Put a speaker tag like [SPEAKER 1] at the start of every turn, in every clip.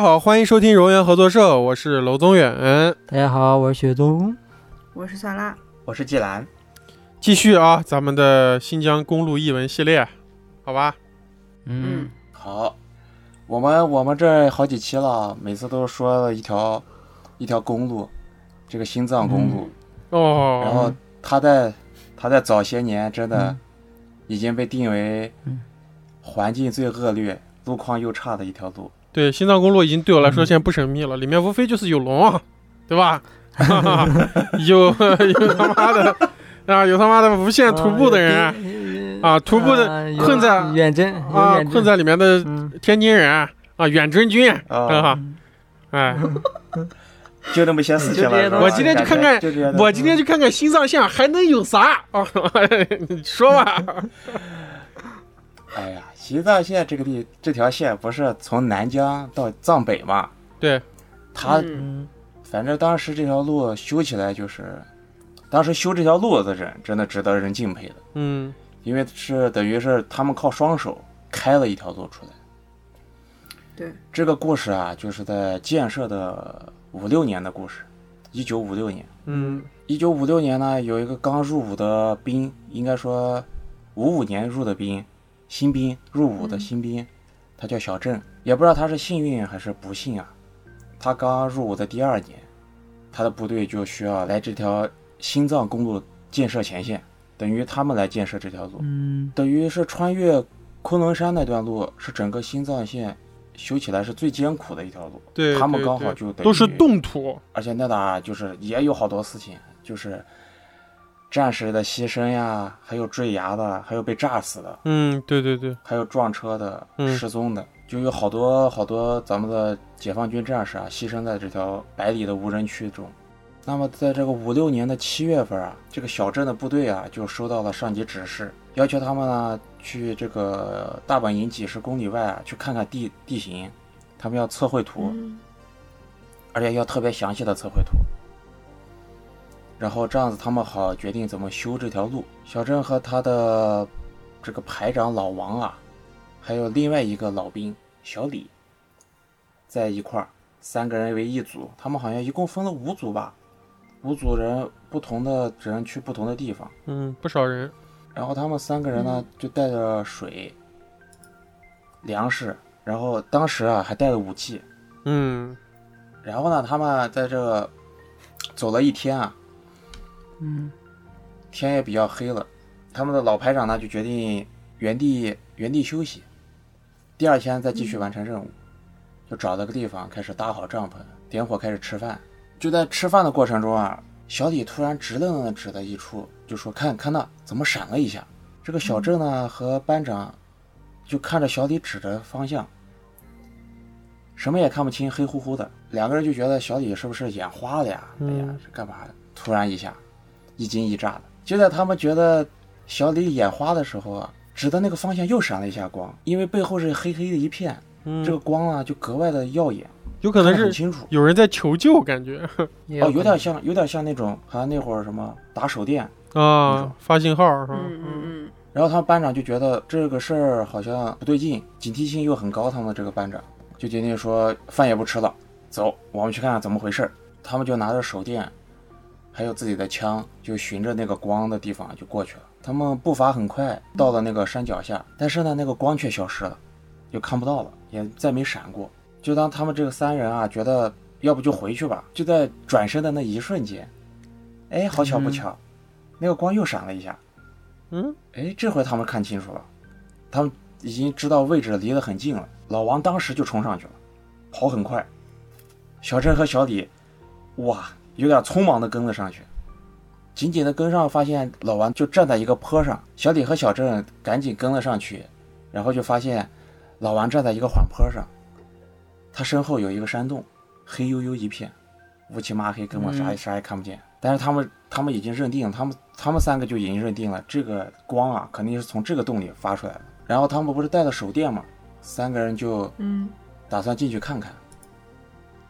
[SPEAKER 1] 好，欢迎收听荣源合作社，我是娄宗远。嗯
[SPEAKER 2] 大家好，我是雪冬。
[SPEAKER 3] 我是酸辣，
[SPEAKER 4] 我是季兰。
[SPEAKER 1] 继续啊，咱们的新疆公路译文系列，好吧？
[SPEAKER 3] 嗯，
[SPEAKER 4] 好，我们我们这好几期了，每次都说了一条一条公路，这个新藏公路。然
[SPEAKER 1] 哦，
[SPEAKER 4] 后它在它在早些年真的
[SPEAKER 2] 嗯
[SPEAKER 4] 已经被定为
[SPEAKER 2] 嗯
[SPEAKER 4] 环境最恶劣、路况又差的一条路。
[SPEAKER 1] 对，新藏公路已经对我来说现在不神秘了，里面无非就是有龙啊，对 吧？哈哈有有他妈的啊，有他妈的无限徒步的人啊
[SPEAKER 2] 人
[SPEAKER 1] 啊，徒步的
[SPEAKER 2] 的
[SPEAKER 1] 困在
[SPEAKER 2] 远征有
[SPEAKER 1] 啊，
[SPEAKER 2] 远征
[SPEAKER 1] 困在里面的
[SPEAKER 2] 嗯
[SPEAKER 1] 天津人啊，啊远征军
[SPEAKER 4] 啊，
[SPEAKER 1] 啊，哎，
[SPEAKER 4] 就那么些事情
[SPEAKER 2] 就这些
[SPEAKER 4] 了。
[SPEAKER 2] 东西
[SPEAKER 1] 我今天去看看
[SPEAKER 4] 就这些东西
[SPEAKER 1] 我今天去看看新藏线还能有啥啊？ 你说吧，
[SPEAKER 4] 哎呀，西藏线这个地这条线不是从南疆到藏北嘛？
[SPEAKER 1] 对，
[SPEAKER 4] 它
[SPEAKER 1] 嗯
[SPEAKER 2] 嗯
[SPEAKER 4] 反正当时这条路修起来就是，当时修这条路的人真的值得人敬佩的，
[SPEAKER 1] 嗯
[SPEAKER 4] 因为是等于是他们靠双手开了一条路出来。
[SPEAKER 3] 对，
[SPEAKER 4] 这个故事啊，就是在建设的五六年的故事，一九五六年。
[SPEAKER 1] 嗯
[SPEAKER 4] 一九五六年呢，有一个刚入伍的兵，应该说五五年入的兵，新兵入伍的新兵，他叫小郑，也不知道他是幸运还是不幸啊。他刚入伍的第二年，他的部队就需要来这条新藏公路建设前线，等于他们来建设这条路，
[SPEAKER 2] 嗯
[SPEAKER 4] 等于是穿越昆仑山那段路是整个新藏线修起来是最艰苦的一条路，
[SPEAKER 1] 对，
[SPEAKER 4] 他们
[SPEAKER 1] 对
[SPEAKER 4] 刚
[SPEAKER 1] 对
[SPEAKER 4] 好就等于
[SPEAKER 1] 都是冻土，
[SPEAKER 4] 而且那哪就是也有好多事情，就是战士的牺牲呀，还有坠崖的，还有被炸死的，
[SPEAKER 1] 嗯，对对对，
[SPEAKER 4] 还有撞车的、
[SPEAKER 1] 嗯
[SPEAKER 4] 失踪的，就有好多好多咱们的解放军战士啊，牺牲在这条百里的无人区中。那么，在这个五六年的七月份啊，这个小镇的部队啊，就收到了上级指示，要求他们呢去这个大本营几十公里外啊，去看看地地形，他们要测绘图。
[SPEAKER 3] 嗯，
[SPEAKER 4] 而且要特别详细的测绘图。然后这样子他们好决定怎么修这条路。小郑和他的这个排长老王啊，还有另外一个老兵小李，在一块儿，三个人为一组，他们好像一共分了五组吧，五组人不同的人去不同的地方。
[SPEAKER 1] 嗯，不少人，
[SPEAKER 4] 然后他们三个人呢，就带着水、粮食，然后当时啊还带了武器，
[SPEAKER 1] 嗯，
[SPEAKER 4] 然后呢，他们在这个走了一天啊，
[SPEAKER 2] 嗯
[SPEAKER 4] 天也比较黑了，他们的老排长呢就决定原地原地休息，第二天再继续完成任务，就找了个地方开始搭好帐篷，点火开始吃饭。就在吃饭的过程中啊，小李突然直愣愣的指了一处，就说：“看看那怎么闪了一下。”这个小郑呢和班长就看着小李指的方向，什么也看不清，黑乎乎的。两个人就觉得小李是不是眼花了呀？哎呀
[SPEAKER 1] 嗯，
[SPEAKER 4] 是干嘛的？突然一下，一惊一乍的。就在他们觉得小李眼花的时候啊，指的那个方向又闪了一下光，因为背后是黑黑的一片，
[SPEAKER 1] 嗯
[SPEAKER 4] 这个光啊就格外的耀眼，
[SPEAKER 1] 有可能
[SPEAKER 4] 看得很
[SPEAKER 1] 是
[SPEAKER 4] 清楚。
[SPEAKER 1] 有人在求救，感觉
[SPEAKER 4] 哦，有点像，有点像那种，好像那会儿什么打手电。
[SPEAKER 1] 啊，发信号是吧？
[SPEAKER 3] 嗯嗯
[SPEAKER 4] 然后他们班长就觉得这个事儿好像不对劲，警惕性又很高。他们这个班长就决定说，饭也不吃了，走，我们去看看怎么回事儿。他们就拿着手电，还有自己的枪，就循着那个光的地方就过去了。他们步伐很快，到了那个山脚下，但是呢，那个光却消失了，就看不到了，也再没闪过。就当他们这个三人啊，觉得要不就回去吧，就在转身的那一瞬间，哎，好巧不巧，那个光又闪了一下。
[SPEAKER 1] 嗯，
[SPEAKER 4] 哎，这回他们看清楚了，他们已经知道位置离得很近了。老王当时就冲上去了，跑很快。小郑和小李，哇，有点匆忙的跟了上去，紧紧的跟上，发现老王就站在一个坡上。小李和小郑赶紧跟了上去，然后就发现老王站在一个缓坡上，他身后有一个山洞，黑黝黝一片，乌漆嘛黑，根本啥也啥也看不见。但是他们他们已经认定，他们他们三个就已经认定了这个光啊，肯定是从这个洞里发出来的。然后他们不是带了手电嘛，三个人就
[SPEAKER 3] 嗯
[SPEAKER 4] 打算进去看看。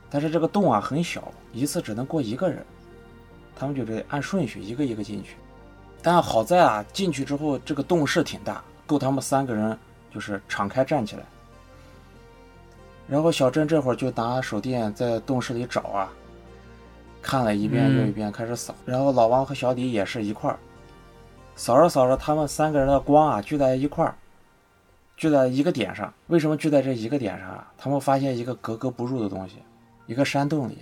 [SPEAKER 4] 但是这个洞啊很小，一次只能过一个人，他们就得按顺序一个一个进去。但好在啊，进去之后这个洞是挺大，够他们三个人就是敞开站起来。然后小镇这会儿就拿手电在洞室里找啊，看了一遍又一遍，开始扫。然后老王和小李也是一块儿扫着扫着，他们三个人的光啊聚在一块儿，聚在一个点上。为什么聚在这一个点上啊？他们发现一个格格不入的东西，一个山洞里，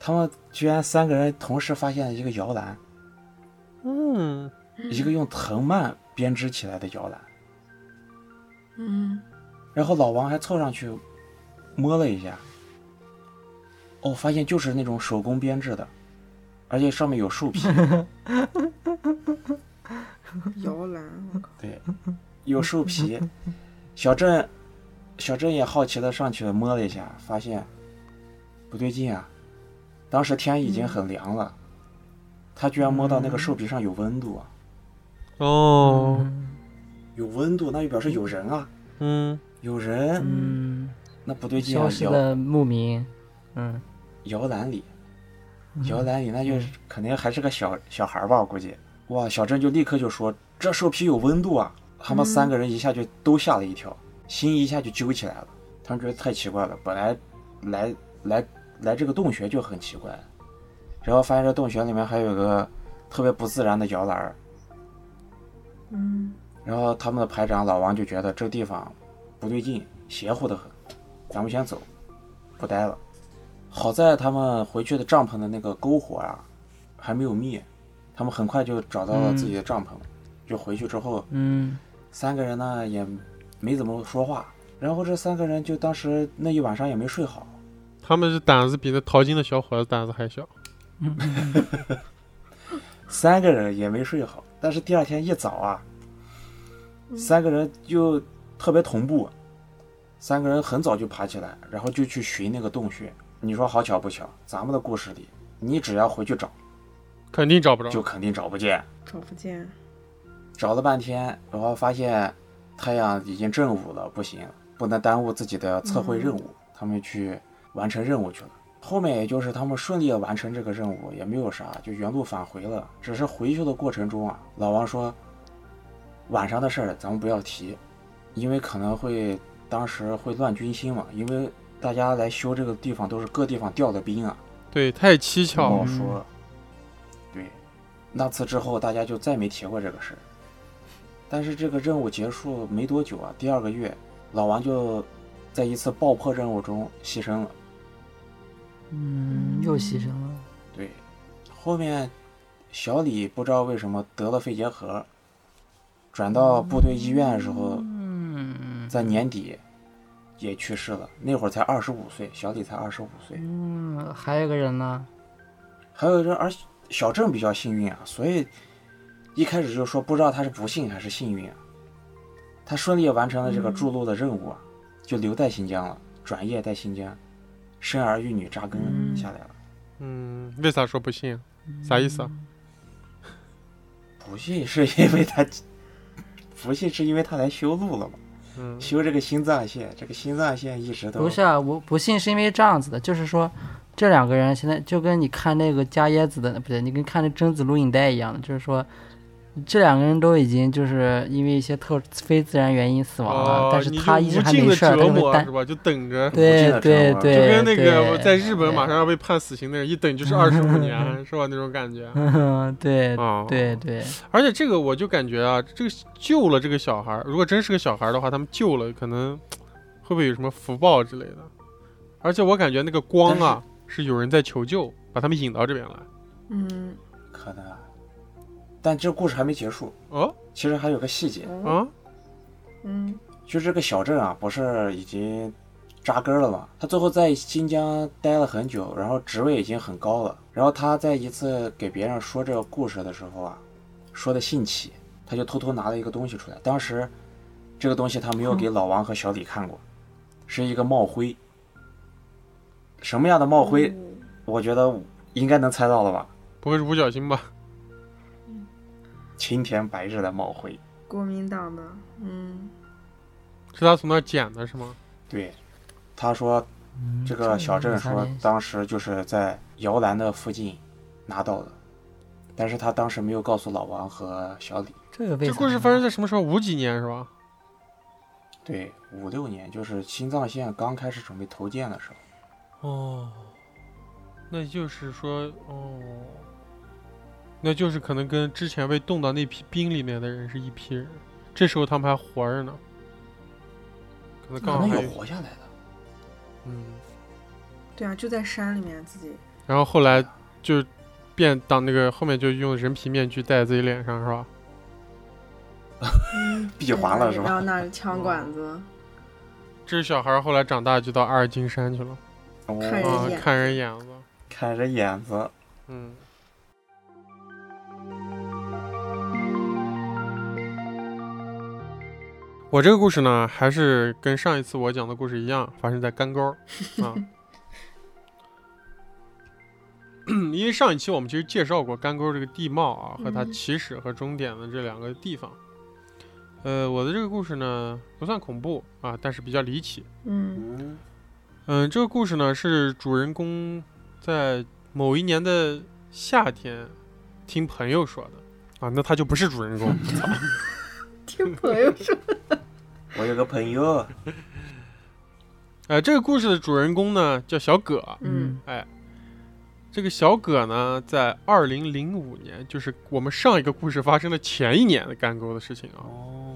[SPEAKER 4] 他们居然三个人同时发现了一个摇篮，
[SPEAKER 1] 嗯，
[SPEAKER 4] 一个用藤蔓编织起来的摇篮。
[SPEAKER 3] 嗯，
[SPEAKER 4] 然后老王还凑上去摸了一下，哦，发现就是那种手工编制的，而且上面有树皮，
[SPEAKER 3] 摇篮，我靠，
[SPEAKER 4] 对，有树皮。小郑，小郑也好奇的上去摸了一下，发现不对劲啊！当时天已经很凉了，他居然摸到那个树皮上有温度啊，
[SPEAKER 1] 哦，
[SPEAKER 2] 嗯
[SPEAKER 4] 有温度，那就表示有人啊，
[SPEAKER 1] 嗯，
[SPEAKER 4] 有人，
[SPEAKER 2] 嗯，
[SPEAKER 4] 那不对劲啊！
[SPEAKER 2] 消失
[SPEAKER 4] 摇
[SPEAKER 2] 的牧民，嗯，
[SPEAKER 4] 摇篮里，摇篮里那就是肯定还是个小小孩儿吧，我估计。哇，小郑就立刻就说这兽皮有温度啊！他
[SPEAKER 2] 嗯
[SPEAKER 4] 们三个人一下就都吓了一跳，心一下就揪起来了。他们觉得太奇怪了，本来来来来这个洞穴就很奇怪，然后发现这洞穴里面还有个特别不自然的摇篮儿。
[SPEAKER 3] 嗯
[SPEAKER 4] 然后他们的排长老王就觉得这地方不对劲，邪乎的很，咱们先走，不待了。好在他们回去的帐篷的那个篝火啊，还没有灭，他们很快就找到了自己的帐篷。就回去之后，
[SPEAKER 2] 嗯，
[SPEAKER 4] 三个人呢也没怎么说话，然后这三个人就当时那一晚上也没睡好，
[SPEAKER 1] 他们是胆子比那淘金的小伙子胆子还小。
[SPEAKER 4] 三个人也没睡好。但是第二天一早啊，三个人就特别同步，啊三个人很早就爬起来，然后就去寻那个洞穴。你说好巧不巧，咱们的故事里，你只要回去找，
[SPEAKER 1] 肯定找不着，
[SPEAKER 4] 就肯定找不见。
[SPEAKER 3] 找不见，
[SPEAKER 4] 找了半天，然后发现太阳已经正午了，不行，不能耽误自己的测绘任务，他们去完成任务去了。后面也就是他们顺利的完成这个任务，也没有啥，就原路返回了。只是回去的过程中啊，老王说，晚上的事儿咱们不要提，因为可能会当时会乱军心嘛，因为大家来修这个地方都是各地方调的兵啊，
[SPEAKER 1] 对，太蹊
[SPEAKER 4] 不
[SPEAKER 1] 跷
[SPEAKER 4] 好
[SPEAKER 1] 了。
[SPEAKER 4] 说。对，那次之后大家就再没提过这个事儿。但是这个任务结束没多久啊，第二个月，老王就在一次爆破任务中牺牲了。
[SPEAKER 2] 嗯，又牺牲了，
[SPEAKER 4] 对，后面小李不知道为什么得了肺结核，转到部队医院的时候，
[SPEAKER 2] 嗯
[SPEAKER 4] 在年底也去世了。那会儿才二十五岁，小李才二十五岁。
[SPEAKER 2] 嗯，还有个人呢，
[SPEAKER 4] 还有人，而小郑比较幸运啊，所以一开始就说不知道他是不幸还是幸运啊。他顺利地完成了这
[SPEAKER 2] 嗯
[SPEAKER 4] 个筑路的任务啊，就留在新疆了，转业在新疆，生儿育女扎根
[SPEAKER 2] 嗯
[SPEAKER 4] 下来了。
[SPEAKER 1] 嗯，为啥说不信？啥意思啊？
[SPEAKER 4] 不幸是因为他， 不幸是因为他来修路了嘛，
[SPEAKER 1] 嗯，
[SPEAKER 4] 修这个心脏线，这个心脏线一直都
[SPEAKER 2] 不是啊，我不信是因为这样子的，就是说，这两个人现在就跟你看那个加椰子的，不对，你跟看那贞子录影带一样的，就是说，这两个人都已经就是因为一些特非自然原因死亡了，
[SPEAKER 1] 哦，
[SPEAKER 2] 但是
[SPEAKER 1] 你
[SPEAKER 2] 他
[SPEAKER 1] 就
[SPEAKER 2] 一直
[SPEAKER 1] 无
[SPEAKER 2] 还
[SPEAKER 1] 尽
[SPEAKER 2] 没
[SPEAKER 1] 的
[SPEAKER 2] 事儿，
[SPEAKER 1] 折
[SPEAKER 2] 他就
[SPEAKER 1] 磨
[SPEAKER 2] 会担
[SPEAKER 1] 是，吧？就等着，
[SPEAKER 4] 尽
[SPEAKER 2] 对
[SPEAKER 4] 的折
[SPEAKER 2] 对
[SPEAKER 4] 磨
[SPEAKER 2] 对，
[SPEAKER 1] 就跟那个
[SPEAKER 2] 对
[SPEAKER 1] 在日本马上，要被判死刑的人，一等就是二十五年，
[SPEAKER 2] 嗯
[SPEAKER 1] 是吧？那种感觉。
[SPEAKER 2] 嗯，对
[SPEAKER 1] 啊，
[SPEAKER 2] 对对，
[SPEAKER 1] 而且这个我就感觉啊，这个救了这个小孩儿，如果真是个小孩儿的话，他们救了，可能会不会有什么福报之类的？而且我感觉那个光啊，是有人在求救，把他们引到这边来。
[SPEAKER 3] 嗯
[SPEAKER 4] 可能啊。但这故事还没结束，
[SPEAKER 1] 哦
[SPEAKER 4] 其实还有个细节，
[SPEAKER 3] 哦
[SPEAKER 1] 啊，
[SPEAKER 3] 嗯
[SPEAKER 4] 就这个小镇啊，不是已经扎根了吗？他最后在新疆待了很久，然后职位已经很高了。然后他在一次给别人说这个故事的时候啊，说的兴起，他就偷偷拿了一个东西出来。当时这个东西他没有给老王和小李看过，是一个帽徽。什么样的帽徽？
[SPEAKER 3] 哦
[SPEAKER 4] 我觉得应该能猜到了吧？
[SPEAKER 1] 不会是五角星吧？
[SPEAKER 4] 青天白日的帽徽。
[SPEAKER 3] 国民党的，嗯
[SPEAKER 1] 是他从那儿捡的是吗？
[SPEAKER 4] 对，他说这
[SPEAKER 2] 嗯
[SPEAKER 4] 个小
[SPEAKER 2] 这
[SPEAKER 4] 郑
[SPEAKER 2] 个
[SPEAKER 4] 说
[SPEAKER 2] 没啥联系
[SPEAKER 4] 当时就是在摇篮的附近拿到的，但是他当时没有告诉老王和小李。
[SPEAKER 2] 这个为
[SPEAKER 1] 这
[SPEAKER 2] 啥
[SPEAKER 1] 故事
[SPEAKER 2] 呢
[SPEAKER 1] 发生在什么时候？五几年是吧？
[SPEAKER 4] 对，五六年就是新藏线刚开始准备投建的时候。
[SPEAKER 1] 哦，那就是说，哦，那就是可能跟之前被冻到那批冰里面的人是一批人，这时候他们还活着呢，可能刚
[SPEAKER 4] 可
[SPEAKER 1] 好
[SPEAKER 4] 能
[SPEAKER 1] 还
[SPEAKER 4] 有
[SPEAKER 1] 有
[SPEAKER 4] 活下来的。
[SPEAKER 1] 嗯，
[SPEAKER 3] 对啊，就在山里面自己，
[SPEAKER 1] 然后后来就变当那个后面就用人皮面具戴在自己脸上是吧？
[SPEAKER 3] 嗯，哦
[SPEAKER 4] 闭环了是吧
[SPEAKER 3] 然后那儿枪管子，
[SPEAKER 1] 这小孩后来长大就到阿尔金山去了，
[SPEAKER 3] 看人
[SPEAKER 1] 啊
[SPEAKER 4] 哦，
[SPEAKER 3] 眼，
[SPEAKER 1] 看人眼子，
[SPEAKER 4] 看着眼子，
[SPEAKER 1] 嗯。我这个故事呢，还是跟上一次我讲的故事一样，发生在干沟儿啊。 因为上一期我们其实介绍过干沟儿这个地貌啊，和它
[SPEAKER 3] 嗯
[SPEAKER 1] 起始和终点的这两个地方。呃，我的这个故事呢，不算恐怖啊，但是比较离奇。
[SPEAKER 3] 嗯
[SPEAKER 4] 嗯，
[SPEAKER 1] 嗯，这个故事呢是主人公在某一年的夏天听朋友说的啊，那他就不是主人公，
[SPEAKER 3] 听朋友说，
[SPEAKER 4] 我有个朋友，
[SPEAKER 1] 呃，这个故事的主人公呢叫小葛，
[SPEAKER 3] 嗯，
[SPEAKER 1] 这个小葛呢在二零零五年，就是我们上一个故事发生的前一年的干沟的事情啊，
[SPEAKER 4] 哦，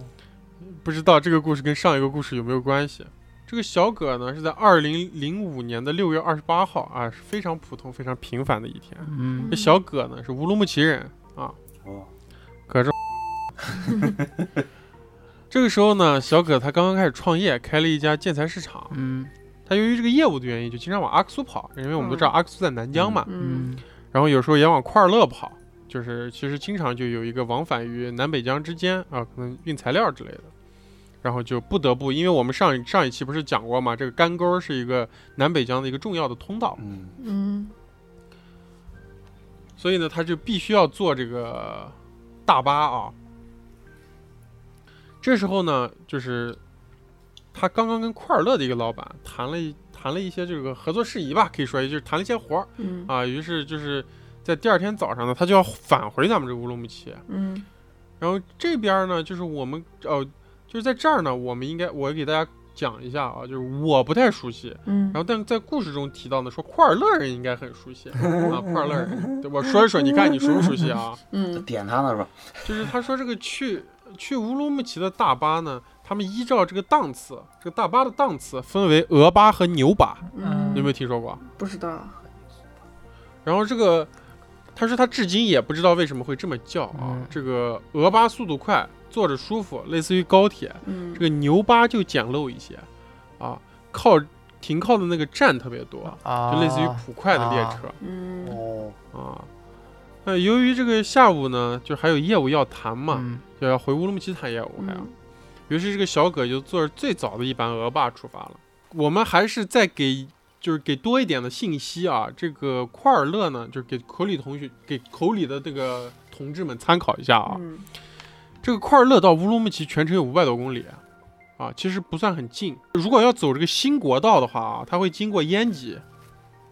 [SPEAKER 1] 不知道这个故事跟上一个故事有没有关系。这个小葛呢是在二零零五年的六月二十八号啊，是非常普通、非常平凡的一天。
[SPEAKER 2] 嗯
[SPEAKER 1] 这小葛呢是乌鲁木齐人啊，
[SPEAKER 4] 哦，
[SPEAKER 1] 这个时候呢，小葛他刚刚开始创业，开了一家建材市场。
[SPEAKER 2] 嗯
[SPEAKER 1] 他由于这个业务的原因，就经常往阿克苏跑，因为我们都知道
[SPEAKER 3] 嗯
[SPEAKER 1] 阿克苏在南疆嘛。
[SPEAKER 3] 嗯
[SPEAKER 2] 嗯
[SPEAKER 1] 然后有时候也往库尔勒跑，就是其实经常就有一个往返于南北疆之间啊，可能运材料之类的。然后就不得不，因为我们上一上一期不是讲过嘛，这个干沟是一个南北疆的一个重要的通道，
[SPEAKER 4] 嗯，
[SPEAKER 3] 嗯
[SPEAKER 1] 所以呢，他就必须要坐这个大巴啊。这时候呢，就是他刚刚跟库尔勒的一个老板谈了一谈了一些这个合作事宜吧，可以说也就是谈了一些活儿
[SPEAKER 3] 嗯
[SPEAKER 1] 啊。于是就是在第二天早上呢，他就要返回咱们这个乌鲁木齐。
[SPEAKER 3] 嗯
[SPEAKER 1] 然后这边儿呢，就是我们哦、就是在这儿呢，我们应该我给大家讲一下啊，就是我不太熟悉，
[SPEAKER 3] 嗯，
[SPEAKER 1] 然后但在故事中提到呢，说库尔勒人应该很熟悉啊，库尔勒人，对我说一说，你看你熟不熟悉啊？
[SPEAKER 4] 就
[SPEAKER 3] 嗯
[SPEAKER 4] 点他呢是吧？
[SPEAKER 1] 就是他说这个去去乌鲁木齐的大巴呢，他们依照这个档次，这个大巴的档次分为俄巴和牛巴，
[SPEAKER 3] 嗯，
[SPEAKER 1] 你有没有听说过？啊
[SPEAKER 3] 不知道，
[SPEAKER 1] 然后这个他说他至今也不知道为什么会这么叫啊，
[SPEAKER 2] 嗯
[SPEAKER 1] 这个俄巴速度快，坐着舒服，类似于高铁，
[SPEAKER 3] 嗯
[SPEAKER 1] 这个牛巴就简陋一些，啊，靠停靠的那个站特别多，
[SPEAKER 2] 啊，
[SPEAKER 1] 就类似于普快的列车。
[SPEAKER 3] 嗯
[SPEAKER 4] 哦，
[SPEAKER 1] 啊。那由于这个下午呢，就还有业务要谈嘛，
[SPEAKER 2] 嗯
[SPEAKER 1] 就要回乌鲁木齐谈业务还要。
[SPEAKER 3] 嗯
[SPEAKER 1] 于是这个小葛就坐着最早的一班俄霸出发了。我们还是再给就是给多一点的信息啊，这个库尔勒呢，就是给口里同学给口里的这个同志们参考一下啊。
[SPEAKER 3] 嗯
[SPEAKER 1] 这个库尔勒到乌鲁木齐全程有五百多公里，啊，其实不算很近。如果要走这个新国道的话啊，它会经过延吉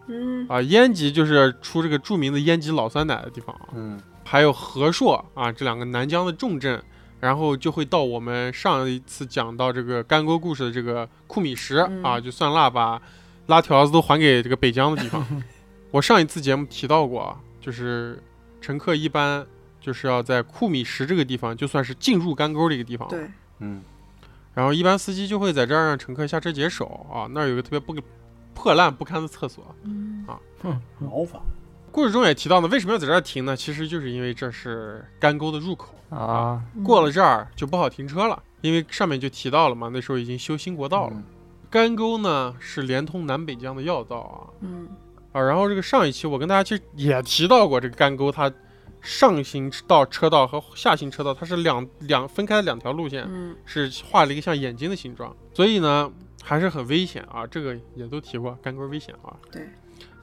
[SPEAKER 3] 嗯
[SPEAKER 1] 啊，延吉就是出这个著名的延吉老酸奶的地方啊，
[SPEAKER 4] 嗯，
[SPEAKER 1] 还有和硕啊这两个南疆的重镇，然后就会到我们上一次讲到这个干沟故事的这个库米什啊，
[SPEAKER 3] 嗯
[SPEAKER 1] 就算辣把拉条子都还给这个北疆的地 方。我上一次节目提到过啊，就是乘客一般就是要在库米什这个地方，就算是进入干沟的一个地方，
[SPEAKER 3] 对，
[SPEAKER 4] 嗯，
[SPEAKER 1] 然后一般司机就会在这儿让乘客下车解手啊，那儿有个特别不破烂不堪的厕所。
[SPEAKER 3] 嗯
[SPEAKER 4] 毛发，
[SPEAKER 1] 故事中也提到呢，为什么要在这儿停呢？其实就是因为这是干沟的入口，
[SPEAKER 2] 啊，
[SPEAKER 1] 过
[SPEAKER 3] 嗯
[SPEAKER 1] 了这儿就不好停车了，因为上面就提到了嘛，那时候已经修新国道
[SPEAKER 3] 嗯
[SPEAKER 1] 了。干沟呢是连通南北疆的要道啊
[SPEAKER 3] 嗯
[SPEAKER 1] 啊，然后这个上一期我跟大家其实也提到过，这个干沟它上行道车道和下行车道它是两两分开的两条路线，
[SPEAKER 3] 嗯
[SPEAKER 1] 是画了一个像眼睛的形状，所以呢还是很危险啊。这个也都提过，干沟危险啊。
[SPEAKER 3] 对，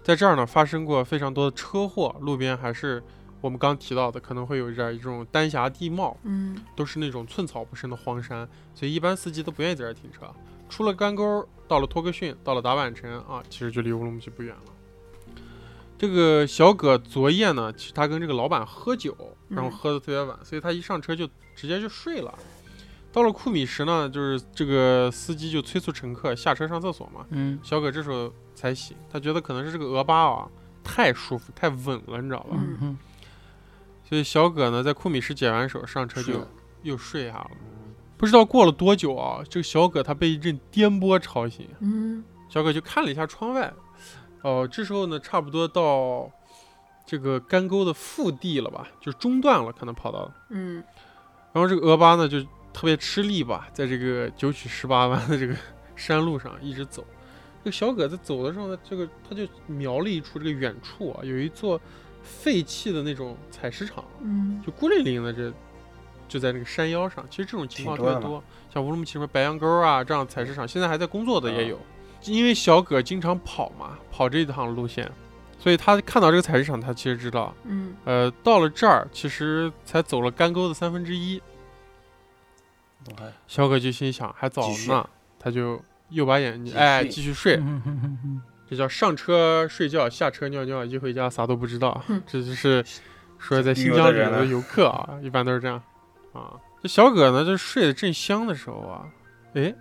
[SPEAKER 1] 在这儿呢发生过非常多的车祸，路边还是我们刚提到的，可能会有一点儿这种丹霞地貌，
[SPEAKER 3] 嗯
[SPEAKER 1] 都是那种寸草不生的荒山，所以一般司机都不愿意在这儿停车。出了干沟，到了托克逊，到了达坂城啊，其实就离乌鲁木齐不远了。这个小葛昨夜呢，其实他跟这个老板喝酒，然后
[SPEAKER 3] 嗯
[SPEAKER 1] 喝的特别晚，所以他一上车就直接就睡了。到了库米什呢，就是这个司机就催促乘客下车上厕所嘛。
[SPEAKER 2] 嗯
[SPEAKER 1] 小葛这时候才醒，他觉得可能是这个俄巴啊太舒服、太稳了，你知道吧？
[SPEAKER 2] 嗯嗯，
[SPEAKER 1] 所以小葛呢，在库米什解完手上车
[SPEAKER 4] 睡
[SPEAKER 1] 就
[SPEAKER 4] 了
[SPEAKER 1] 又睡下了。不知道过了多久啊，这个小葛他被一阵颠簸吵醒，
[SPEAKER 3] 嗯
[SPEAKER 1] 小葛就看了一下窗外，哦、这时候呢，差不多到这个干沟的腹地了吧，就中断了，可能跑到了。
[SPEAKER 3] 嗯
[SPEAKER 1] 然后这个俄巴呢，就特别吃力吧，在这个九曲十八弯的这个山路上一直走。这个小葛在走的时候呢，这个他就瞄了一处这个远处啊，有一座废弃的那种采石场，
[SPEAKER 3] 嗯
[SPEAKER 1] 就孤零零的这就在那个山腰上。其实这种情况特
[SPEAKER 4] 挺
[SPEAKER 1] 别
[SPEAKER 4] 多的嘛
[SPEAKER 1] 多，像乌鲁木齐什么白杨沟啊这样采石场，现在还在工作的也
[SPEAKER 4] 啊
[SPEAKER 1] 有。因为小葛经常跑嘛，跑这一趟路线，所以他看到这个采石场，他其实知道，
[SPEAKER 3] 嗯
[SPEAKER 1] 呃，到了这儿其实才走了干沟的三分之一。
[SPEAKER 4] 我还
[SPEAKER 1] 小葛就心想还早
[SPEAKER 4] 继续
[SPEAKER 1] 呢，他就又把眼睛
[SPEAKER 4] 继续
[SPEAKER 1] 哎继续睡，
[SPEAKER 2] 嗯嗯嗯嗯
[SPEAKER 1] 这叫上车睡觉，下车尿尿，一回家啥都不知道
[SPEAKER 3] 哼。
[SPEAKER 1] 这就是说在
[SPEAKER 4] 旅
[SPEAKER 1] 新
[SPEAKER 4] 游
[SPEAKER 1] 疆
[SPEAKER 4] 的
[SPEAKER 1] 旅游
[SPEAKER 4] 人
[SPEAKER 1] 的
[SPEAKER 4] 啊
[SPEAKER 1] 游客啊，一般都是这样啊。这小葛呢，就睡得正香的时候啊，哎，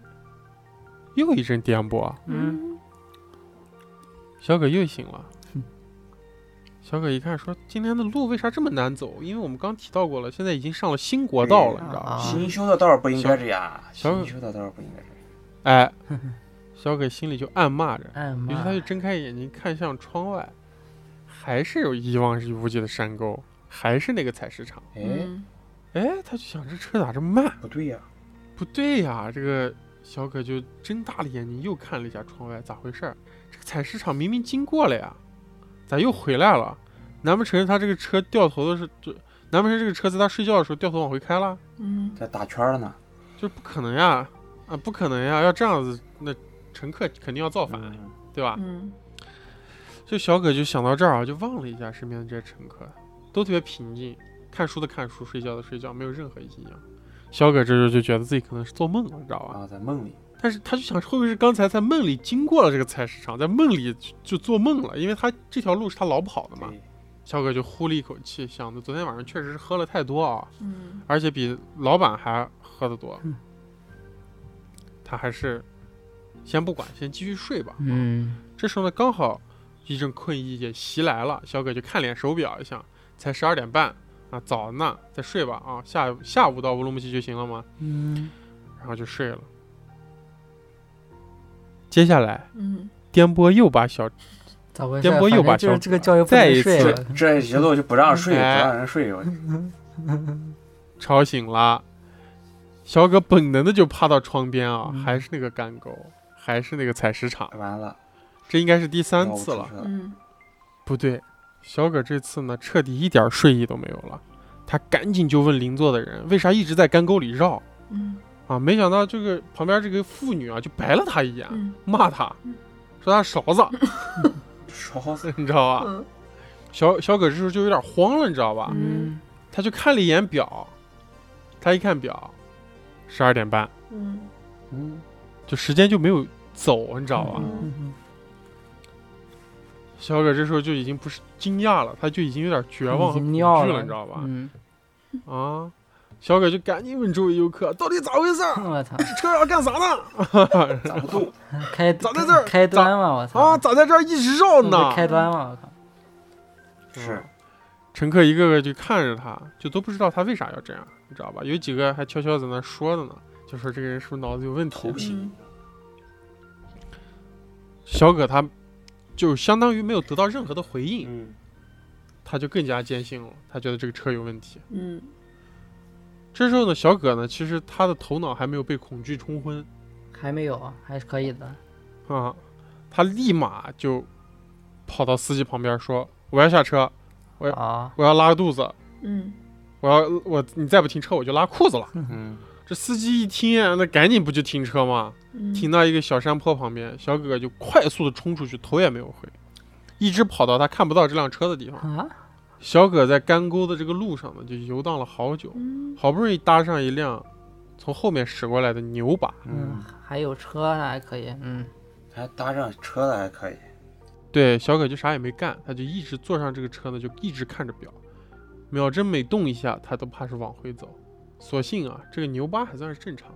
[SPEAKER 1] 又一阵颠簸，啊
[SPEAKER 2] 嗯，
[SPEAKER 1] 小葛又醒了
[SPEAKER 2] 哼。
[SPEAKER 1] 小葛一看说：“今天的路为啥这么难走？因为我们刚提到过了，现在已经上了新国道了，你知道吗？
[SPEAKER 2] 啊
[SPEAKER 4] 新修的道儿不应
[SPEAKER 1] 小
[SPEAKER 4] 该这样，啊
[SPEAKER 1] 小
[SPEAKER 4] 新修的道儿不应该这样。
[SPEAKER 1] 哎，小葛心里就暗骂着。
[SPEAKER 2] 哎呀
[SPEAKER 1] 于是
[SPEAKER 2] 妈
[SPEAKER 1] 他，就睁开眼睛看向窗外，还是有一望无际的山沟，还是那个采石场。
[SPEAKER 3] 嗯
[SPEAKER 4] 哎，
[SPEAKER 1] 哎，他就想这车咋这么慢？
[SPEAKER 4] 不对呀、
[SPEAKER 1] 不对呀！这个小可就睁大了眼睛又看了一下窗外，咋回事儿？这个采石场明明经过了呀，咋又回来了？难不成他这个车掉头的时候，就难不成这个车在他睡觉的时候掉头往回开了？
[SPEAKER 3] 嗯
[SPEAKER 4] 在打圈儿呢。
[SPEAKER 1] 就是不可能呀！啊，不可能呀！要这样子，那乘客肯定要造反，
[SPEAKER 4] 嗯
[SPEAKER 1] 对吧？
[SPEAKER 3] 嗯
[SPEAKER 1] 就小葛就想到这儿啊，就望了一下身边的这些乘客，都特别平静，看书的看书，睡觉的睡觉，没有任何异样。小葛这时候就觉得自己可能是做梦了，你知道吧？
[SPEAKER 4] 啊，在梦里，
[SPEAKER 1] 但是他就想，会不会是刚才在梦里经过了这个菜市场，在梦里就就做梦了？因为他这条路是他老跑的嘛。
[SPEAKER 4] 对，
[SPEAKER 1] 小葛就呼了一口气，想着昨天晚上确实是喝了太多啊，
[SPEAKER 3] 嗯
[SPEAKER 1] 而且比老板还喝得多
[SPEAKER 2] 嗯。
[SPEAKER 1] 他还是先不管，先继续睡吧。
[SPEAKER 2] 嗯
[SPEAKER 1] 这时候呢，刚好一阵困意也袭来了，小葛就看脸手表一下，才十二点半啊，早呢，再睡吧啊，下下午到乌鲁木齐就行了嘛，
[SPEAKER 2] 嗯
[SPEAKER 1] 然后就睡了。接下来，
[SPEAKER 3] 嗯
[SPEAKER 1] 颠簸又把小
[SPEAKER 2] 咋回事？
[SPEAKER 1] 颠簸又把
[SPEAKER 2] 反正就是
[SPEAKER 1] 小
[SPEAKER 2] 这个教育不
[SPEAKER 1] 再
[SPEAKER 2] 能
[SPEAKER 1] 一
[SPEAKER 2] 睡
[SPEAKER 1] 次
[SPEAKER 2] 了。
[SPEAKER 4] 这一路就不让睡，不
[SPEAKER 1] 哎
[SPEAKER 4] 让人睡。我
[SPEAKER 1] 吵醒了，小葛本能的就趴到窗边啊，
[SPEAKER 2] 嗯
[SPEAKER 1] 还是那个干沟，还是那个采石场，
[SPEAKER 4] 完了，
[SPEAKER 1] 这应该是第三
[SPEAKER 4] 尿
[SPEAKER 1] 次了
[SPEAKER 4] 出。去
[SPEAKER 3] 嗯
[SPEAKER 1] 不对，小葛这次呢，彻底一点睡意都没有了。他赶紧就问邻座的人，为啥一直在干沟里绕
[SPEAKER 3] 嗯
[SPEAKER 1] 啊？没想到这个旁边这个妇女啊，就白了他一眼，
[SPEAKER 3] 嗯
[SPEAKER 1] 骂他，说他勺子，
[SPEAKER 4] 烧死
[SPEAKER 1] 你知道吧？
[SPEAKER 3] 嗯
[SPEAKER 1] 小小葛这时候就有点慌了，你知道吧？
[SPEAKER 3] 嗯
[SPEAKER 1] 他就看了一眼表，他一看表，十二点半，
[SPEAKER 3] 嗯
[SPEAKER 4] 嗯，
[SPEAKER 1] 就时间就没有走，你知道吧？
[SPEAKER 2] 嗯
[SPEAKER 1] 小葛这时候就已经不是惊讶了，他就已经有点绝望和
[SPEAKER 2] 已经
[SPEAKER 1] 恐惧
[SPEAKER 2] 尿
[SPEAKER 1] 了，你知道吧？
[SPEAKER 2] 嗯，
[SPEAKER 1] 啊，小葛就赶紧问周围游客，到底咋回事儿？
[SPEAKER 2] 我操，
[SPEAKER 1] 车要干啥
[SPEAKER 2] 啊
[SPEAKER 1] 呢？
[SPEAKER 4] 咋不动？
[SPEAKER 2] 开
[SPEAKER 1] 咋在这儿
[SPEAKER 2] 开端嘛，我操
[SPEAKER 1] 啊，咋在这儿一直绕
[SPEAKER 2] 这不
[SPEAKER 1] 呢
[SPEAKER 2] 是？开端嘛，我靠，
[SPEAKER 4] 是
[SPEAKER 1] 乘客一个个就看着他，就都不知道他为啥要这样，你知道吧？有几个还悄悄在那说的呢，就说这个人是不是脑子有问题
[SPEAKER 4] 头？型
[SPEAKER 1] 小葛他就相当于没有得到任何的回应，
[SPEAKER 4] 嗯，
[SPEAKER 1] 他就更加坚信了，他觉得这个车有问题。
[SPEAKER 3] 嗯
[SPEAKER 1] 这时候呢，小葛呢，其实他的头脑还没有被恐惧冲昏
[SPEAKER 2] 还没有，还是可以的。
[SPEAKER 1] 啊，他立马就跑到司机旁边说：“我要下车，对
[SPEAKER 2] 啊，
[SPEAKER 1] 我要拉肚子，
[SPEAKER 3] 嗯
[SPEAKER 1] 我要我你再不停车我就拉裤子了。
[SPEAKER 4] 嗯，
[SPEAKER 1] 这司机一听啊，那赶紧不就停车吗？
[SPEAKER 3] 嗯
[SPEAKER 1] 停到一个小山坡旁边，小哥哥就快速的冲出去，头也没有回，一直跑到他看不到这辆车的地方。
[SPEAKER 2] 啊，
[SPEAKER 1] 小葛在干沟的这个路上呢，就游荡了好久，
[SPEAKER 3] 嗯
[SPEAKER 1] 好不容易搭上一辆从后面驶过来的牛把。
[SPEAKER 2] 嗯
[SPEAKER 4] 嗯，，
[SPEAKER 2] 还有车呢，还可以，嗯，
[SPEAKER 4] 还搭上车的还可以，
[SPEAKER 1] 对，小葛就啥也没干，他就一直坐上这个车呢，就一直看着表，秒针每动一下，他都怕是往回走。所幸啊，这个牛八还算是正常，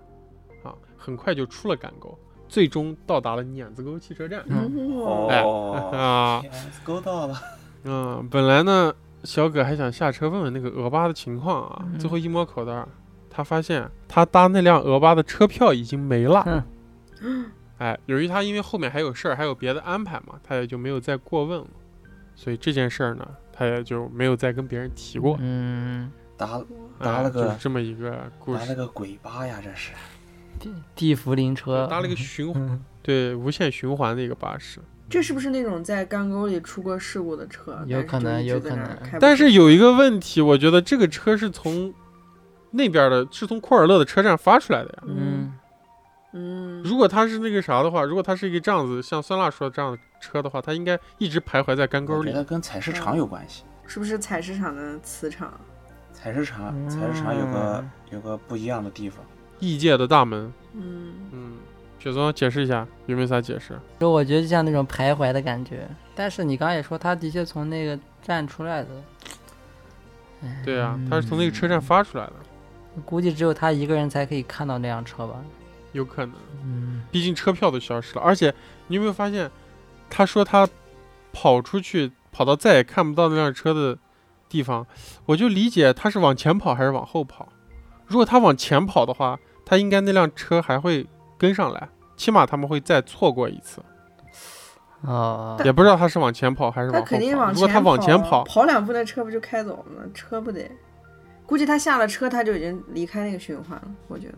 [SPEAKER 1] 啊，很快就出了赶沟，最终到达了碾子沟汽车站。
[SPEAKER 3] 哦，
[SPEAKER 4] 哦，
[SPEAKER 1] 啊，
[SPEAKER 4] 勾到了，
[SPEAKER 1] 嗯，本来呢，小葛还想下车问问那个俄巴的情况啊，
[SPEAKER 2] 嗯
[SPEAKER 1] 最后一摸口袋儿，他发现他搭那辆俄巴的车票已经没了。
[SPEAKER 2] 哼
[SPEAKER 1] 哎，由于他因为后面还有事儿，还有别的安排嘛，他也就没有再过问了。所以这件事儿呢，他也就没有再跟别人提过。
[SPEAKER 2] 嗯，
[SPEAKER 4] 打
[SPEAKER 1] 哎
[SPEAKER 4] 搭了个
[SPEAKER 1] 就是这么一个故
[SPEAKER 4] 打了
[SPEAKER 1] 事，
[SPEAKER 4] 个鬼巴呀，这是。
[SPEAKER 2] 地地茯苓车，
[SPEAKER 1] 搭了个循环，
[SPEAKER 2] 嗯，
[SPEAKER 1] 对，无限循环的一个巴士。
[SPEAKER 3] 这是不是那种在干沟里出过事故的车？
[SPEAKER 2] 有可能
[SPEAKER 3] 但是就一直在
[SPEAKER 2] 有可
[SPEAKER 3] 那儿
[SPEAKER 2] 能
[SPEAKER 3] 开不
[SPEAKER 1] 但
[SPEAKER 3] 出
[SPEAKER 1] 是有一个问题，我觉得这个车是从那边的，是从库尔勒的车站发出来的呀。
[SPEAKER 3] 嗯
[SPEAKER 2] 嗯，
[SPEAKER 3] 嗯，
[SPEAKER 1] 如果它是那个啥的话，如果它是一个这样子，像酸辣说的这样的车的话，它应该一直徘徊在干沟
[SPEAKER 4] 我觉
[SPEAKER 1] 里。
[SPEAKER 4] 得跟采石场有关系。
[SPEAKER 3] 是不是采石场的磁场？
[SPEAKER 4] 采石场，采石场有个
[SPEAKER 2] 嗯
[SPEAKER 4] 有个不一样的地方。
[SPEAKER 1] 异界的大门，
[SPEAKER 3] 嗯，
[SPEAKER 1] 嗯，雪松解释一下，有没有啥解释？
[SPEAKER 2] 就我觉得就像那种徘徊的感觉。但是你刚刚也说，他的确从那个站出来的，
[SPEAKER 1] 对啊，它是从那个
[SPEAKER 4] 嗯
[SPEAKER 1] 车站发出来的，
[SPEAKER 2] 估计只有他一个人才可以看到那辆车吧。
[SPEAKER 1] 有可能，
[SPEAKER 2] 嗯，
[SPEAKER 1] 毕竟车票都消失了。而且你有没有发现，他说他跑出去，跑到再也看不到那辆车的地方，我就理解他是往前跑还是往后跑。如果他往前跑的话，他应该那辆车还会跟上来，起码他们会再错过一次。
[SPEAKER 2] 哦，
[SPEAKER 1] 也不知道他是往前跑还是往
[SPEAKER 3] 他
[SPEAKER 1] 后跑。
[SPEAKER 3] 肯定往啊
[SPEAKER 1] 如果他往前跑，
[SPEAKER 3] 跑两步那车不就开走了吗？车不得，估计他下了车他就已经离开那个循环了。我觉得，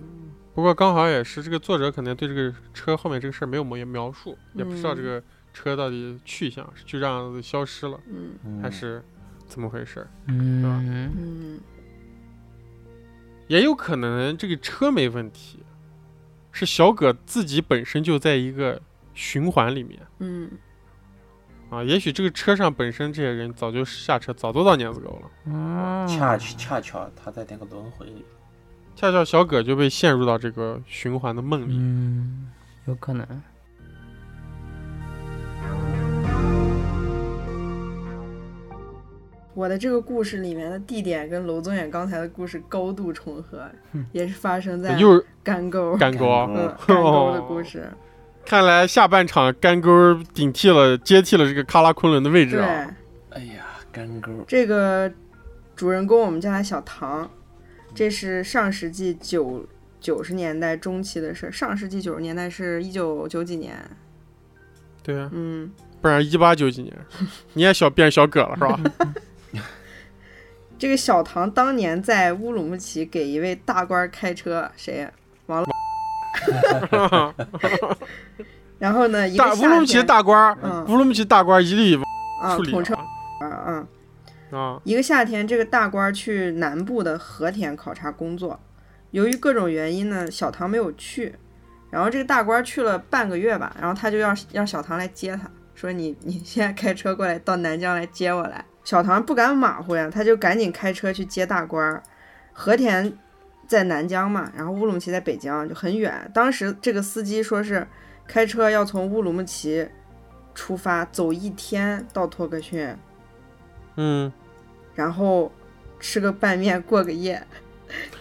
[SPEAKER 1] 不过刚好也是这个作者可能对这个车后面这个事儿没有描描述，也不知道
[SPEAKER 3] 嗯
[SPEAKER 1] 这个车到底去向，是就这样子消失了，
[SPEAKER 3] 嗯
[SPEAKER 4] 嗯
[SPEAKER 1] 还是怎么回事儿？
[SPEAKER 2] 嗯，
[SPEAKER 3] 嗯，
[SPEAKER 1] 也有可能这个车没问题，是小葛自己本身就在一个循环里面
[SPEAKER 3] 嗯，
[SPEAKER 1] 啊。也许这个车上本身这些人早就下车，早都到碾子沟了，
[SPEAKER 2] 嗯
[SPEAKER 4] 恰恰巧他在那个轮回里。
[SPEAKER 1] 恰巧小葛就被陷入到这个循环的梦里。
[SPEAKER 2] 嗯，有可能。
[SPEAKER 3] 我的这个故事里面的地点跟娄宗远刚才的故事高度重合，也是发生在
[SPEAKER 1] 又是
[SPEAKER 3] 干沟，
[SPEAKER 1] 干沟啊，
[SPEAKER 3] 嗯
[SPEAKER 4] 嗯，
[SPEAKER 3] 干沟的故事。
[SPEAKER 1] 看来下半场干沟顶替了接替了这个喀拉昆仑的位置啊。
[SPEAKER 3] 对，
[SPEAKER 4] 哎呀，干沟。
[SPEAKER 3] 这个主人公我们叫他小唐，这是上世纪九九十年代中期的事儿。上世纪九十年代是一九九几年，
[SPEAKER 1] 对啊，
[SPEAKER 3] 嗯，
[SPEAKER 1] 不然一八九几年， 你也小变小葛了是
[SPEAKER 3] 嗯
[SPEAKER 1] 吧？
[SPEAKER 3] 这个小唐当年在乌鲁木齐给一位大官开车，谁呀？王老。然后呢，一个
[SPEAKER 1] 大乌鲁木齐的
[SPEAKER 3] 夏天
[SPEAKER 1] 大官儿，
[SPEAKER 3] 嗯
[SPEAKER 1] 乌鲁木齐大官儿一律
[SPEAKER 3] 啊，
[SPEAKER 1] 处
[SPEAKER 3] 统
[SPEAKER 1] 理
[SPEAKER 3] 称
[SPEAKER 1] 啊
[SPEAKER 3] 啊啊。
[SPEAKER 1] 啊。
[SPEAKER 3] 一个夏天，这个大官儿去南部的和田考察工作，由于各种原因呢，小唐没有去。然后这个大官儿去了半个月吧，然后他就要让小唐来接他，说你你现在开车过来到南疆来接我来。小唐不敢马虎呀，他就赶紧开车去接大官儿。和田在南疆嘛，然后乌鲁木齐在北疆，就很远。当时这个司机说是开车要从乌鲁木齐出发，走一天到托克逊，
[SPEAKER 1] 嗯，
[SPEAKER 3] 然后吃个拌面过 个夜。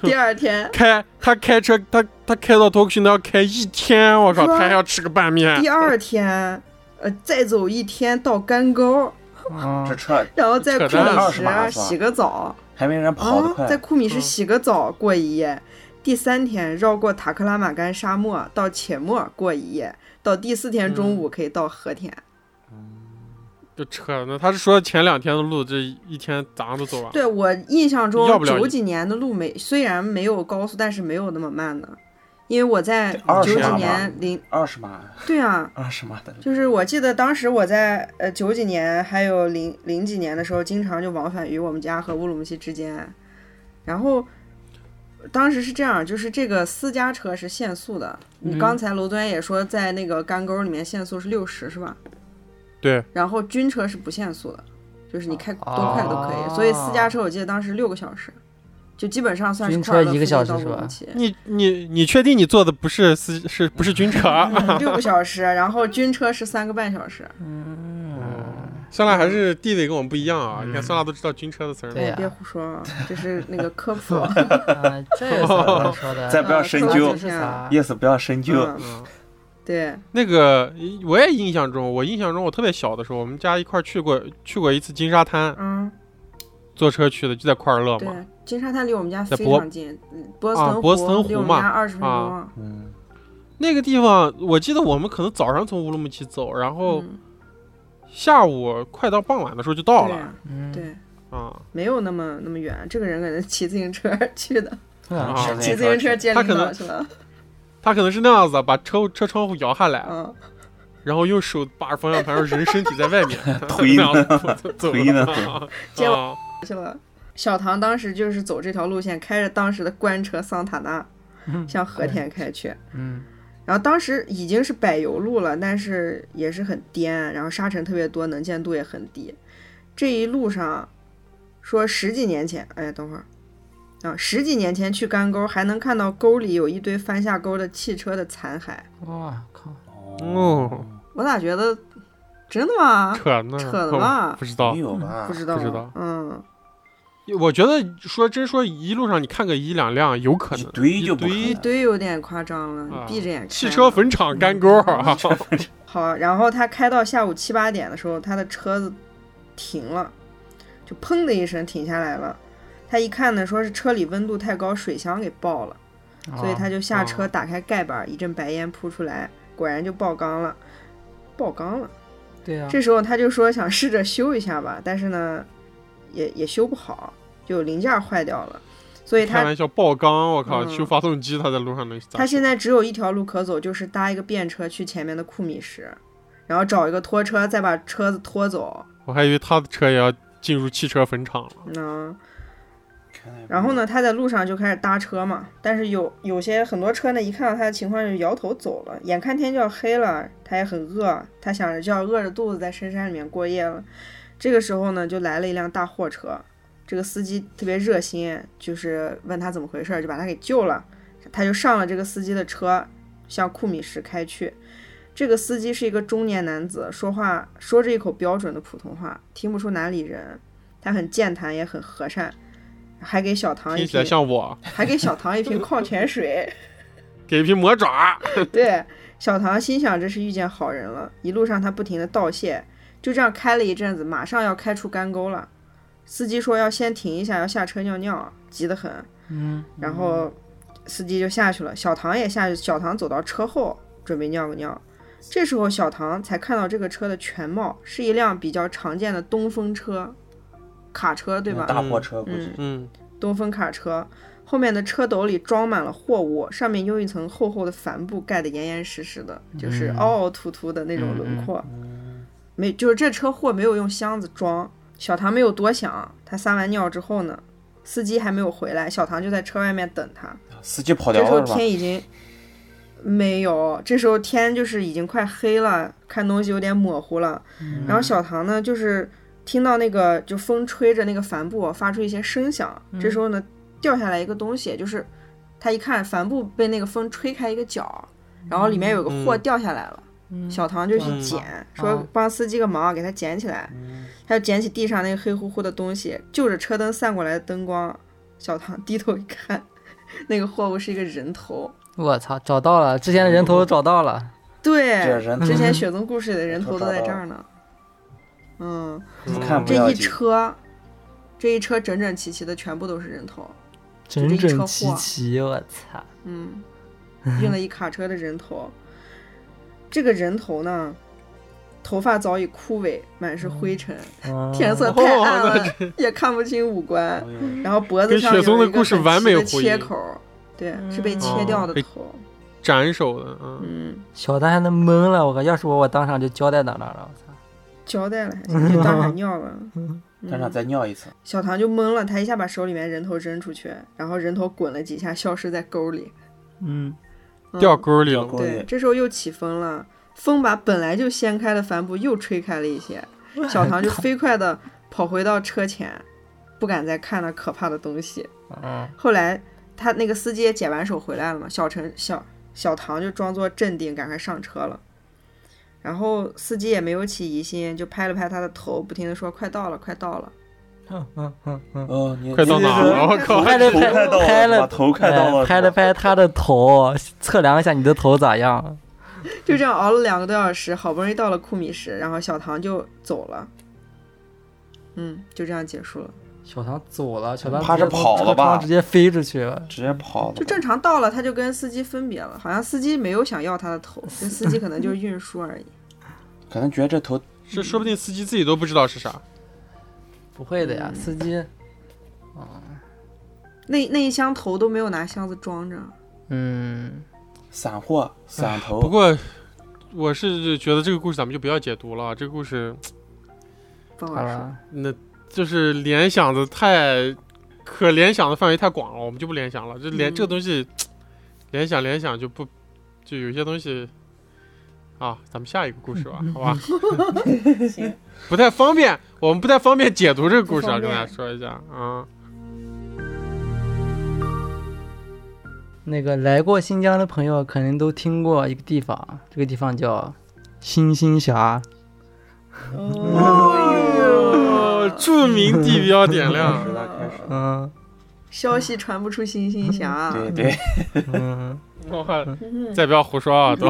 [SPEAKER 3] 第二天，
[SPEAKER 1] 开他开车，他他开到托克逊都要开一天，我靠，
[SPEAKER 3] 是吧
[SPEAKER 1] 他还要吃个拌面
[SPEAKER 3] 第，二天，呃，再走一天到干沟，
[SPEAKER 2] 啊
[SPEAKER 4] 这，车
[SPEAKER 3] 然后在
[SPEAKER 1] 扯
[SPEAKER 3] 库
[SPEAKER 1] 淡
[SPEAKER 3] 米
[SPEAKER 1] 二
[SPEAKER 4] 十
[SPEAKER 3] 什
[SPEAKER 4] 码是吧
[SPEAKER 3] 洗个澡
[SPEAKER 4] 还没人跑得
[SPEAKER 3] 啊，
[SPEAKER 4] 快
[SPEAKER 3] 在，库米什
[SPEAKER 1] 嗯
[SPEAKER 3] 洗个澡过一夜。第三天绕过塔克拉玛干沙漠到且末过一夜，到第四天中午可以到和田。
[SPEAKER 1] 嗯就扯呢。他是说前两天的路，这一天早上都走完了。
[SPEAKER 3] 对我印象中
[SPEAKER 1] 要不了
[SPEAKER 3] 九
[SPEAKER 1] 你
[SPEAKER 3] 几年的路没虽然没有高速，但是没有那么慢的，因为我在
[SPEAKER 4] 二
[SPEAKER 3] 九
[SPEAKER 1] 十
[SPEAKER 3] 几
[SPEAKER 1] 码
[SPEAKER 3] 年零
[SPEAKER 4] 二十码，
[SPEAKER 3] 对啊，
[SPEAKER 4] 二十码的路。
[SPEAKER 3] 就是我记得当时我在呃九几年还有零零几年的时候，经常就往返于我们家和乌鲁木齐之间。然后当时是这样，就是这个私家车是限速的。你
[SPEAKER 2] 嗯
[SPEAKER 3] 刚才楼端也说，在那个干沟里面限速是六十，是吧？
[SPEAKER 1] 对，
[SPEAKER 3] 然后军车是不限速的，就是你开
[SPEAKER 2] 啊
[SPEAKER 3] 多快都可以。所以私家车我记得当时六个小时，就基本上算是
[SPEAKER 2] 军车
[SPEAKER 3] 快乐
[SPEAKER 2] 一个小时
[SPEAKER 3] 到乌
[SPEAKER 2] 是
[SPEAKER 3] 鲁
[SPEAKER 2] 吧
[SPEAKER 3] 木齐。
[SPEAKER 1] 你你你确定你坐的不是司是不是军车啊？
[SPEAKER 3] 六个小时，然后军车是三个半小时。
[SPEAKER 2] 嗯，
[SPEAKER 1] 酸辣还是地位跟我们不一样啊！你看
[SPEAKER 2] 嗯
[SPEAKER 1] 酸辣都知道军车的词儿
[SPEAKER 2] 对
[SPEAKER 1] 呢，
[SPEAKER 3] 哎
[SPEAKER 2] 呀
[SPEAKER 3] 别胡说，啊，这是那个 科普。
[SPEAKER 2] 啊，这有啥好说的？
[SPEAKER 4] 再
[SPEAKER 3] 啊
[SPEAKER 4] 不要深究
[SPEAKER 2] 就是啥？
[SPEAKER 4] ，yes，不要深究。
[SPEAKER 3] 嗯
[SPEAKER 1] 嗯，
[SPEAKER 3] 对，
[SPEAKER 1] 那个我也印象中，我印象中我特别小的时候，我们家一块儿去过去过一次金沙滩，
[SPEAKER 3] 嗯，
[SPEAKER 1] 坐车去的，就在库尔勒嘛。
[SPEAKER 3] 对，金沙滩离我们家
[SPEAKER 1] 在
[SPEAKER 3] 非
[SPEAKER 1] 博
[SPEAKER 3] 常近，嗯波斯
[SPEAKER 1] 啊
[SPEAKER 3] 腾
[SPEAKER 1] 波斯腾
[SPEAKER 3] 湖离
[SPEAKER 1] 湖
[SPEAKER 3] 我们
[SPEAKER 1] 嘛
[SPEAKER 3] 家二十分钟
[SPEAKER 1] 啊。
[SPEAKER 4] 嗯，
[SPEAKER 1] 那个地方，我记得我们可能早上从乌鲁木齐走，然后
[SPEAKER 3] 嗯
[SPEAKER 1] 下午快到傍晚的时候就到
[SPEAKER 3] 对
[SPEAKER 1] 了
[SPEAKER 3] 啊
[SPEAKER 2] 嗯，
[SPEAKER 3] 对，
[SPEAKER 1] 啊。
[SPEAKER 3] 没有那么那么远，这个人可能骑自行车去的，
[SPEAKER 2] 对啊，
[SPEAKER 1] 啊
[SPEAKER 3] 骑自行车 接
[SPEAKER 1] 他
[SPEAKER 3] 领
[SPEAKER 1] 可
[SPEAKER 3] 导
[SPEAKER 1] 能
[SPEAKER 3] 去 了。
[SPEAKER 1] 他可能是那样子，把车车窗户摇下来，
[SPEAKER 3] 嗯，
[SPEAKER 1] 然后用手把着方向盘，然后人身体在外面
[SPEAKER 4] 推呢
[SPEAKER 1] 呢，走
[SPEAKER 4] 推呢
[SPEAKER 1] 啊
[SPEAKER 3] 结果
[SPEAKER 1] 啊
[SPEAKER 3] 去了。小唐当时就是走这条路线，开着当时的官车桑塔纳
[SPEAKER 2] 嗯
[SPEAKER 3] 向和田开去。
[SPEAKER 2] 嗯，
[SPEAKER 3] 然后当时已经是柏油路了，但是也是很颠，然后沙尘特别多，能见度也很低。这一路上，说十几年前，哎，等会儿，啊，十几年前去干沟还能看到沟里有一堆翻下沟的汽车的残骸。
[SPEAKER 2] 哇靠，
[SPEAKER 1] 哦，
[SPEAKER 3] 我咋觉得，真的吗？
[SPEAKER 1] 扯呢，
[SPEAKER 3] 扯的吧
[SPEAKER 1] 不知道
[SPEAKER 4] 没，有吧
[SPEAKER 3] 不？知道，
[SPEAKER 1] 嗯不知道
[SPEAKER 3] 嗯，
[SPEAKER 1] 我觉得说真说一路上你看个一两辆有可
[SPEAKER 4] 一
[SPEAKER 1] 能，
[SPEAKER 4] 堆就不可
[SPEAKER 1] 一
[SPEAKER 3] 一
[SPEAKER 4] 能。
[SPEAKER 3] 堆有点夸张了，
[SPEAKER 1] 啊
[SPEAKER 3] 你闭着眼看。
[SPEAKER 1] 汽车坟场干沟啊，
[SPEAKER 3] 嗯好，然后他开到下午七八点的时候，他的车子停了，就砰的一声停下来了。他一看呢，说是车里温度太高，水箱给爆了，所以他就下车
[SPEAKER 1] 啊
[SPEAKER 3] 打开盖板，一阵白烟扑出来，果然就爆缸了，爆缸了。
[SPEAKER 2] 对啊，
[SPEAKER 3] 这时候他就说想试着修一下吧，但是呢，也也修不好，就零件坏掉了，所以
[SPEAKER 1] 开
[SPEAKER 3] 他
[SPEAKER 1] 玩笑爆缸，我靠，
[SPEAKER 3] 嗯
[SPEAKER 1] 修发动机他在路上能咋？
[SPEAKER 3] 他现在只有一条路可走，就是搭一个便车去前面的库米什，然后找一个拖车再把车子拖走。
[SPEAKER 1] 我还以为他的车也要进入汽车坟场了，
[SPEAKER 3] 嗯，然后？呢，他在路上就开始搭车嘛，但是有有些很多车呢，一看到他的情况就摇头走了。眼看天就要黑了，他也很饿，他想着就要饿着肚子在深山里面过夜了。这个时候呢，就来了一辆大货车，这个司机特别热心，就是问他怎么回事儿，就把他给救了。他就上了这个司机的车，向库米什开去。这个司机是一个中年男子，说话说着一口标准的普通话，听不出哪里人。他很健谈，也很和善，还给小唐一
[SPEAKER 1] 听起
[SPEAKER 3] 瓶
[SPEAKER 1] 来，像我
[SPEAKER 3] 还给小唐一瓶矿泉水。
[SPEAKER 1] 给一匹魔爪，
[SPEAKER 3] 对，小唐心想这是遇见好人了。一路上他不停的道谢，就这样开了一阵子，马上要开出干沟了。司机说要先停一下，要下车尿尿，急得很。
[SPEAKER 2] 嗯，
[SPEAKER 3] 然后司机就下去了，小唐也下去，小唐走到车后准备尿个尿。这时候小唐才看到这个车的全貌，是一辆比较常见的东风车，卡车对吧？
[SPEAKER 4] 大货车估计
[SPEAKER 3] 嗯
[SPEAKER 1] 嗯，
[SPEAKER 3] 东风卡车，后面的车斗里装满了货物，上面用一层厚厚的帆布盖得严严实实的，就是
[SPEAKER 2] 嗯
[SPEAKER 3] 凹凹凸凸的那种
[SPEAKER 4] 嗯
[SPEAKER 3] 轮廓。没，就是这车货没有用箱子装。小唐没有多想，他撒完尿之后呢，司机还没有回来，小唐就在车外面等他。
[SPEAKER 4] 司机跑掉
[SPEAKER 3] 嗯这时候
[SPEAKER 4] 了是吧？
[SPEAKER 3] 天已经没有，这时候天就是已经快黑了，看东西有点模糊了。
[SPEAKER 2] 嗯
[SPEAKER 3] 然后小唐呢，就是听到那个就风吹着那个帆布发出一些声响，这时候呢掉下来一个东西，就是他一看帆布被那个风吹开一个角，然后里面有个货
[SPEAKER 1] 嗯
[SPEAKER 3] 掉下来了。小唐就去
[SPEAKER 1] 嗯
[SPEAKER 3] 捡，
[SPEAKER 2] 啊
[SPEAKER 3] 说帮司机个忙，给他捡起来。
[SPEAKER 4] 嗯
[SPEAKER 3] 他就捡起地上那个黑乎乎的东西，就着车灯散过来的灯光，小唐低头一看， 那个货物是一个人头。
[SPEAKER 2] 我操，找到了，之前的人头都找到了，
[SPEAKER 4] 这
[SPEAKER 3] 对，
[SPEAKER 4] 人
[SPEAKER 3] 之前雪宗故事里的人头都在这儿呢。嗯，
[SPEAKER 4] 不看不
[SPEAKER 3] 这
[SPEAKER 4] 要
[SPEAKER 3] 一
[SPEAKER 4] 紧，
[SPEAKER 3] 车，这一车整整齐齐的，全部都是人头。
[SPEAKER 2] 整整齐齐，我操，
[SPEAKER 3] 嗯，运了一卡车的人头。这个人头呢，头发早已枯萎，满是灰尘。
[SPEAKER 2] 嗯
[SPEAKER 3] 天
[SPEAKER 1] 哦
[SPEAKER 3] 色太暗了，也看不清五官。然后脖子上有
[SPEAKER 1] 跟雪松的
[SPEAKER 3] 一个
[SPEAKER 1] 故事
[SPEAKER 3] 很
[SPEAKER 1] 完美
[SPEAKER 3] 齐的
[SPEAKER 1] 呼应
[SPEAKER 3] 切口，对，是被切掉的
[SPEAKER 1] 嗯
[SPEAKER 3] 头。
[SPEAKER 1] 斩首的，嗯，
[SPEAKER 3] 嗯，
[SPEAKER 2] 小丹还能懵了，我靠，要是我，我当场就交代到那儿了，我操，
[SPEAKER 3] 交代了 还行，就当场尿了。
[SPEAKER 1] 嗯
[SPEAKER 3] 嗯
[SPEAKER 4] 但是再尿一次，
[SPEAKER 3] 小唐就懵了，他一下把手里面人头扔出去，然后人头滚了几下，消失在沟里。
[SPEAKER 2] 嗯，
[SPEAKER 3] 嗯
[SPEAKER 1] 掉沟里了
[SPEAKER 4] 掉，沟
[SPEAKER 3] 对
[SPEAKER 4] 里，
[SPEAKER 3] 这时候又起风了，风把本来就掀开的帆布又吹开了一些，小唐就飞快的跑回到车前，不敢再看那可怕的东西。
[SPEAKER 2] 嗯，
[SPEAKER 3] 后来他那个司机也解完手回来了嘛，小陈小小唐就装作镇定，赶快上车了。然后司机也没有起疑心，就拍了拍他的头，不停的说：“快到了，快到了。
[SPEAKER 2] 嗯嗯嗯嗯，
[SPEAKER 4] 哦，你
[SPEAKER 1] 快到哪儿了？
[SPEAKER 3] 你
[SPEAKER 1] 我
[SPEAKER 3] 这是
[SPEAKER 1] 靠！
[SPEAKER 2] 拍了
[SPEAKER 4] 头
[SPEAKER 2] 拍
[SPEAKER 4] 快到了
[SPEAKER 2] 拍
[SPEAKER 4] 是吧
[SPEAKER 2] 了
[SPEAKER 4] 头快到了
[SPEAKER 2] 哎拍了拍他的头，测量一下你的头咋样？”
[SPEAKER 3] 就这样熬了两个多小时，好不容易到了库米什，然后小唐就走了。嗯，就这样结束了。
[SPEAKER 2] 小唐走了，小唐
[SPEAKER 4] 怕是
[SPEAKER 2] 直接从
[SPEAKER 4] 跑了
[SPEAKER 2] 车
[SPEAKER 4] 吧
[SPEAKER 2] 窗直接飞出去了。
[SPEAKER 4] 直接跑了
[SPEAKER 3] 就。正常到了，他就跟司机分别了，好像司机没有想要他的头，跟司机可能就是运输而已。
[SPEAKER 4] 可能觉得这头
[SPEAKER 1] 这说不定司机自己都不知道是啥。
[SPEAKER 2] 不会的呀，司机，
[SPEAKER 3] 那那一箱头都没有拿箱子装着，
[SPEAKER 2] 嗯，
[SPEAKER 4] 散货散头，
[SPEAKER 1] 不过，我是觉得这个故事咱们就不要解读了，这个故事
[SPEAKER 3] 不好
[SPEAKER 2] 好
[SPEAKER 3] 说。
[SPEAKER 2] 了，
[SPEAKER 1] 那就是联想的太可联想的范围太广了，我们就不联想了。这联、
[SPEAKER 3] 嗯
[SPEAKER 1] 这个东西，联想联想就不就有些东西啊，咱们下一个故事吧，好吧？
[SPEAKER 3] 嗯行，
[SPEAKER 1] 不太方便，我们不太方便解读这个故事啊，
[SPEAKER 3] 不方
[SPEAKER 1] 跟
[SPEAKER 3] 便
[SPEAKER 1] 大家说一下啊。
[SPEAKER 2] 那个来过新疆的朋友肯定都听过一个地方，这个地方叫星星峡。
[SPEAKER 3] 哎
[SPEAKER 1] 哦， 著名地标点亮
[SPEAKER 4] 开。始了开始了，
[SPEAKER 2] 嗯
[SPEAKER 3] 消息传不出星星峡。
[SPEAKER 4] 对对，
[SPEAKER 2] 嗯，
[SPEAKER 1] 我靠再不要胡说啊，都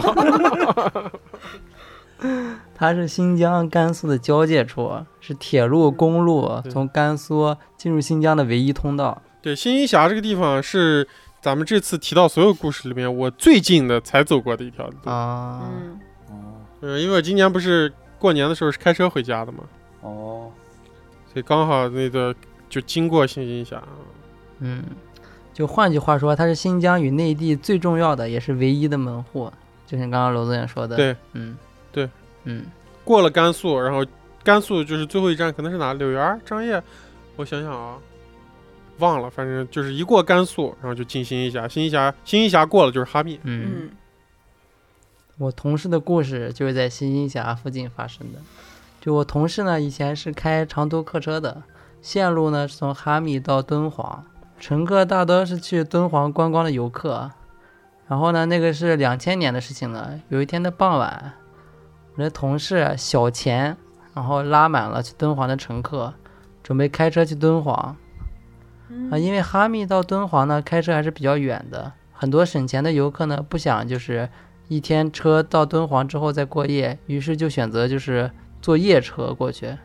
[SPEAKER 2] 它是新疆甘肃的交界处，是铁路、公路
[SPEAKER 1] 对
[SPEAKER 2] 从甘肃进入新疆的唯一通道。
[SPEAKER 1] 对。新一峡这个地方是咱们这次提到所有故事里面我最近的才走过的一条路。
[SPEAKER 2] 啊，
[SPEAKER 3] 嗯，
[SPEAKER 4] 哦
[SPEAKER 1] 嗯，因为我今年不是过年的时候是开车回家的嘛，
[SPEAKER 4] 哦，
[SPEAKER 1] 所以刚好那个就经过新一啊峡。
[SPEAKER 2] 嗯，就换句话说，它是新疆与内地最重要的，也是唯一的门户。就像刚刚罗总也说的，
[SPEAKER 1] 对，
[SPEAKER 2] 嗯，
[SPEAKER 1] 对，
[SPEAKER 2] 嗯，
[SPEAKER 1] 过了甘肃，然后甘肃就是最后一站可能是哪？柳园儿、张掖，我想想啊，忘了，反正就是一过甘肃，然后就进新一峡，新一峡新一峡过了就是哈密。
[SPEAKER 2] 嗯，
[SPEAKER 3] 嗯，
[SPEAKER 2] 我同事的故事就是在新兴峡附近发生的。就我同事呢，以前是开长途客车的，线路呢是从哈密到敦煌，乘客大多是去敦煌观光的游客。然后呢，那个是两千年的事情了。有一天的傍晚，我的同事小钱，然后拉满了去敦煌的乘客，准备开车去敦煌。啊，因为哈密到敦煌呢，开车还是比较远的，很多省钱的游客呢不想就是一天车到敦煌之后再过夜，于是就选择就是坐夜车过去，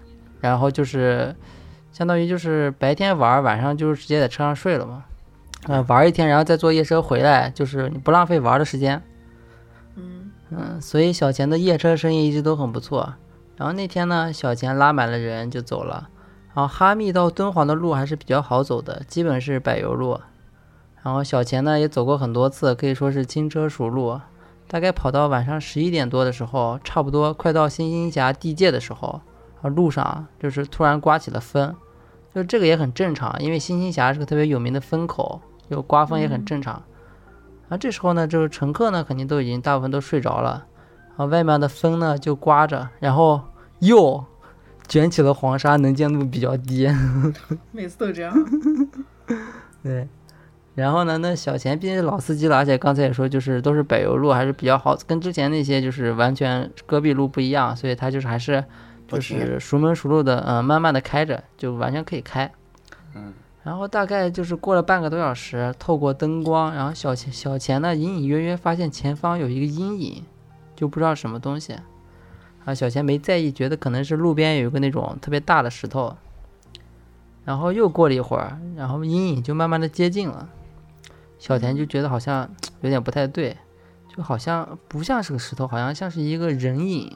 [SPEAKER 2] 然后就是相当于就是白天玩儿，晚上就是直接在车上睡了嘛。呃，玩儿一天，然后再坐夜车回来，就是你不浪费玩儿的时间。
[SPEAKER 3] 嗯
[SPEAKER 2] 嗯，所以小钱的夜车生意一直都很不错。然后那天呢，小钱拉满了人就走了。然后哈密到敦煌的路还是比较好走的，基本是柏油路。然后小钱呢也走过很多次，可以说是轻车熟路。大概跑到晚上十一点多的时候，差不多快到新兴峡地界的时候，啊，路上就是突然刮起了风，就这个也很正常，因为新兴峡是个特别有名的风口，有刮风也很正常。啊，这时候呢，就是乘客呢肯定都已经大部分都睡着了，啊，外面的风呢就刮着，然后又卷起了黄沙，能见度比较低。
[SPEAKER 3] 每次都这样。
[SPEAKER 2] 对，然后呢，那小钱毕竟是老司机了，而且刚才也说，就是都是柏油路，还是比较好，跟之前那些就是完全戈壁路不一样，所以他就是还是
[SPEAKER 4] 不
[SPEAKER 2] 就
[SPEAKER 4] 停
[SPEAKER 2] 是熟门熟路的，呃，慢慢的开着，就完全可以开。
[SPEAKER 4] 嗯，
[SPEAKER 2] 然后大概就是过了半个多小时，透过灯光，然后小钱小钱呢隐隐约约发现前方有一个阴影，就不知道什么东西。啊，小钱没在意，觉得可能是路边有一个那种特别大的石头。然后又过了一会儿，然后阴影就慢慢的接近了，小钱就觉得好像有点不太对，就好像不像是个石头，好像像是一个人影。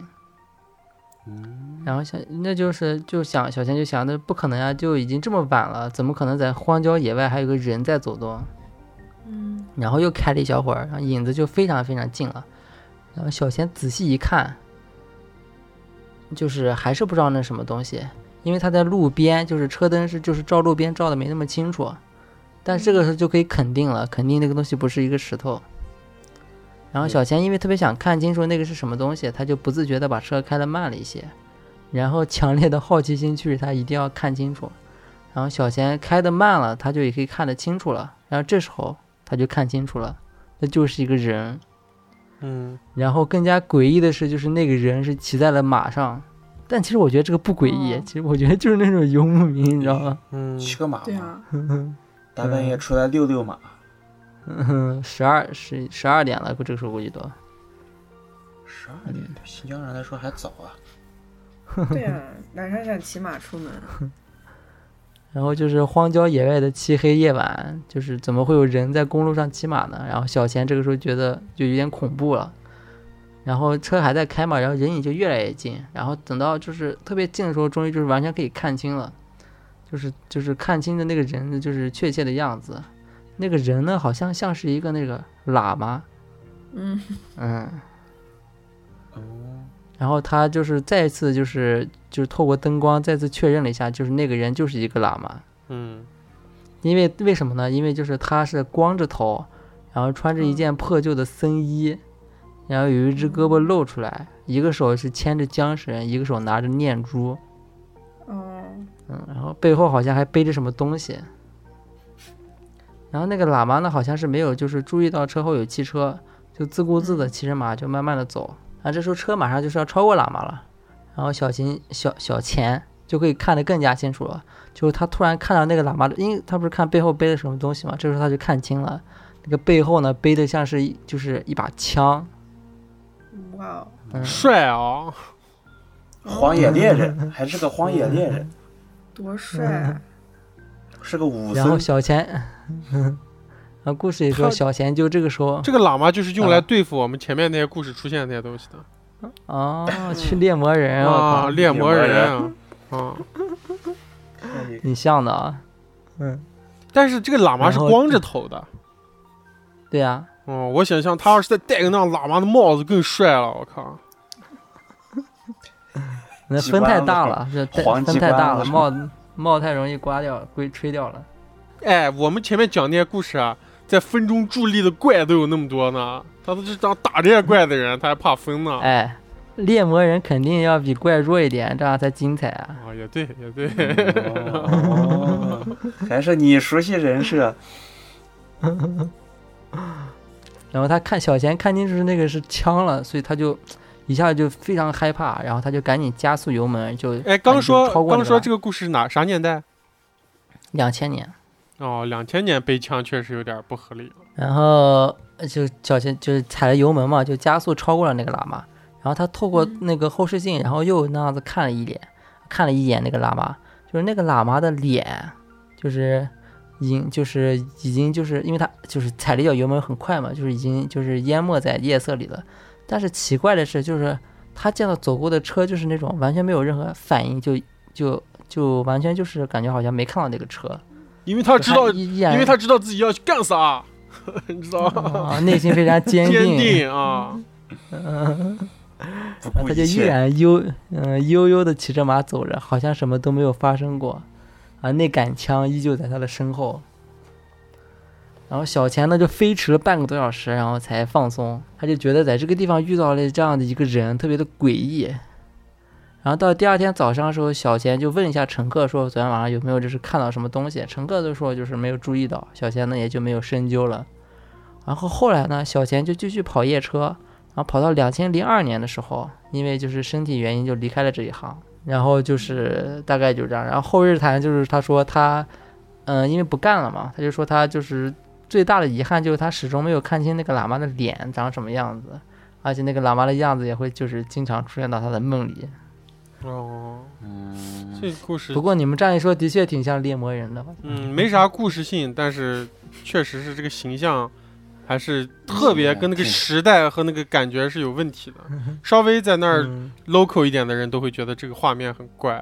[SPEAKER 2] 然后想，那就是就想小钱就想，那不可能呀、啊就已经这么晚了，怎么可能在荒郊野外还有个人在走动？
[SPEAKER 3] 嗯，
[SPEAKER 2] 然后又开了一小会儿，然后影子就非常非常近了。然后小贤仔细一看，就是还是不知道那什么东西，因为他在路边，就是车灯是就是照路边照的没那么清楚，但是这个时候就可以肯定了，肯定那个东西不是一个石头。然后小贤因为特别想看清楚那个是什么东西，他就不自觉的把车开的慢了一些，然后强烈的好奇心驱使他一定要看清楚。然后小贤开的慢了，他就也可以看得清楚了。然后这时候他就看清楚了，那就是一个人。
[SPEAKER 1] 嗯，
[SPEAKER 2] 然后更加诡异的是，就是那个人是骑在了马上，但其实我觉得这个不诡异，
[SPEAKER 3] 哦
[SPEAKER 2] 其实我觉得就是那种游牧民，你知道吗？
[SPEAKER 1] 嗯，
[SPEAKER 4] 骑个马
[SPEAKER 3] 对
[SPEAKER 4] 嘛，
[SPEAKER 3] 啊，
[SPEAKER 4] 大半夜出来遛遛马，
[SPEAKER 2] 十二十十二点了，这个时候估计都。
[SPEAKER 4] 十二点对新疆人来说还早啊。
[SPEAKER 3] 对啊，晚上想骑马出门，
[SPEAKER 2] 然后就是荒郊野外的漆黑夜晚，就是怎么会有人在公路上骑马呢？然后小钱这个时候觉得就有点恐怖了，然后车还在开嘛，然后人影就越来越近，然后等到就是特别近的时候，终于就是完全可以看清了，就是就是看清的那个人的就是确切的样子，那个人呢好像像是一个那个喇嘛，
[SPEAKER 3] 嗯，
[SPEAKER 2] 嗯，
[SPEAKER 4] 哦，
[SPEAKER 2] 然后他就是再次就是就是透过灯光再次确认了一下，就是那个人就是一个喇嘛，
[SPEAKER 1] 嗯，
[SPEAKER 2] 因为为什么呢？因为就是他是光着头，然后穿着一件破旧的僧衣，然后有一只胳膊露出来，一个手是牵着缰绳，一个手拿着念珠，
[SPEAKER 3] 哦，
[SPEAKER 2] 嗯，然后背后好像还背着什么东西。然后那个喇嘛呢，好像是没有就是注意到车后有汽车，就自顾自的骑着马就慢慢的走。然后这时候车马上就是要超过喇嘛了，然后小秦小小钱就可以看得更加清楚了。就是他突然看到那个喇嘛的，因为他不是看背后背的什么东西嘛，这时候他就看清了，那个背后呢背的像是一就是一把枪，
[SPEAKER 3] 哇哦，
[SPEAKER 2] 嗯，
[SPEAKER 1] 帅啊，
[SPEAKER 4] 荒野猎
[SPEAKER 2] 嗯
[SPEAKER 4] 人还是个荒野猎人，
[SPEAKER 3] 多帅啊！
[SPEAKER 4] 是个武
[SPEAKER 2] 然后
[SPEAKER 4] 僧。
[SPEAKER 2] 小钱，然后故事里说
[SPEAKER 1] 他
[SPEAKER 2] 小钱就这个时候
[SPEAKER 1] 这个喇嘛就是用来
[SPEAKER 2] 啊
[SPEAKER 1] 对付我们前面那些故事出现的那些东西的
[SPEAKER 2] 哦，去猎魔哎人，我
[SPEAKER 1] 啊，
[SPEAKER 2] 靠，
[SPEAKER 1] 猎魔
[SPEAKER 4] 猎魔
[SPEAKER 1] 人
[SPEAKER 4] 人
[SPEAKER 1] 啊，啊，
[SPEAKER 4] 可以
[SPEAKER 2] 挺像的啊。
[SPEAKER 1] 但是这个喇嘛是
[SPEAKER 2] 然后
[SPEAKER 1] 光着头的，
[SPEAKER 2] 对呀、
[SPEAKER 1] 哦，我想象他要是再戴个那样喇嘛的帽子更帅了，我靠，
[SPEAKER 2] 那
[SPEAKER 4] 机
[SPEAKER 2] 风
[SPEAKER 4] 关
[SPEAKER 2] 太
[SPEAKER 4] 了
[SPEAKER 2] 大了，这
[SPEAKER 4] 黄
[SPEAKER 2] 风
[SPEAKER 4] 机
[SPEAKER 2] 太
[SPEAKER 4] 关
[SPEAKER 2] 大
[SPEAKER 4] 了
[SPEAKER 2] 了，
[SPEAKER 4] 是
[SPEAKER 2] 帽帽太容易刮掉，归吹掉了。
[SPEAKER 1] 哎，我们前面讲那些故事啊，在风中伫立的怪都有那么多呢，他都是当打这些怪的人，他还怕风
[SPEAKER 4] 啊
[SPEAKER 1] 呢？
[SPEAKER 2] 哎，猎魔人肯定要比怪弱一点，这样才精彩啊。
[SPEAKER 1] 啊，也对，也对，
[SPEAKER 4] 哦，还是你熟悉人设，
[SPEAKER 2] 然后他看小贤看清楚是那个是枪了，所以他就一下就非常害怕，然后他就赶紧加速油门，就
[SPEAKER 1] 哎，刚说
[SPEAKER 2] 超过
[SPEAKER 1] 刚说这
[SPEAKER 2] 个
[SPEAKER 1] 个故事哪啥年代？
[SPEAKER 2] 两千年。
[SPEAKER 1] 哦，两千年背枪确实有点不合理了。
[SPEAKER 2] 然后呃就小贤就是踩了油门嘛，就加速超过了那个喇嘛。然后他透过那个后视镜，然后又那样子看了一脸，看了一眼那个喇嘛，就是那个喇嘛的脸，就是已经就是已经就是因为他就是踩了一脚油门很快嘛，就是已经就是淹没在夜色里了。但是奇怪的是，就是他见到走过的车，就是那种完全没有任何反应，就就就完全就是感觉好像没看到那个车。
[SPEAKER 1] 因为他知道，
[SPEAKER 2] 依依然
[SPEAKER 1] 因为他知道自己要去干啥， 你知道吗？
[SPEAKER 2] 啊内心非常坚
[SPEAKER 1] 坚定啊！
[SPEAKER 2] 嗯，
[SPEAKER 4] 不
[SPEAKER 2] 然后
[SPEAKER 4] 顾
[SPEAKER 2] 他就
[SPEAKER 4] 一
[SPEAKER 2] 依
[SPEAKER 4] 切。
[SPEAKER 2] 然悠嗯悠悠的骑着马走着，好像什么都没有发生过，啊，那杆枪依旧在他的身后。然后小钱呢就飞驰了半个多小时，然后才放松。他就觉得在这个地方遇到了这样的一个人，特别的诡异。然后到第二天早上的时候，小钱就问一下乘客说，昨天晚上有没有就是看到什么东西？乘客都说就是没有注意到，小钱呢也就没有深究了。然后后来呢，小钱就继续跑夜车，然后跑到两千零二年的时候，因为就是身体原因就离开了这一行，然后就是大概就这样。然后后日谈就是他说他，嗯、因为不干了嘛，他就说他就是最大的遗憾就是他始终没有看清那个喇嘛的脸长什么样子，而且那个喇嘛的样子也会就是经常出现到他的梦里。
[SPEAKER 1] 哦，
[SPEAKER 4] 嗯，
[SPEAKER 1] 这个故事
[SPEAKER 2] 不过你们这样一说，的确挺像猎魔人的。
[SPEAKER 1] 嗯没啥故事性，但是确实是这个形象还是特别跟那个
[SPEAKER 4] 嗯
[SPEAKER 1] 时代和那个感觉是有问题的。稍微在那儿
[SPEAKER 2] 嗯，
[SPEAKER 1] local 一点的人都会觉得这个画面很怪，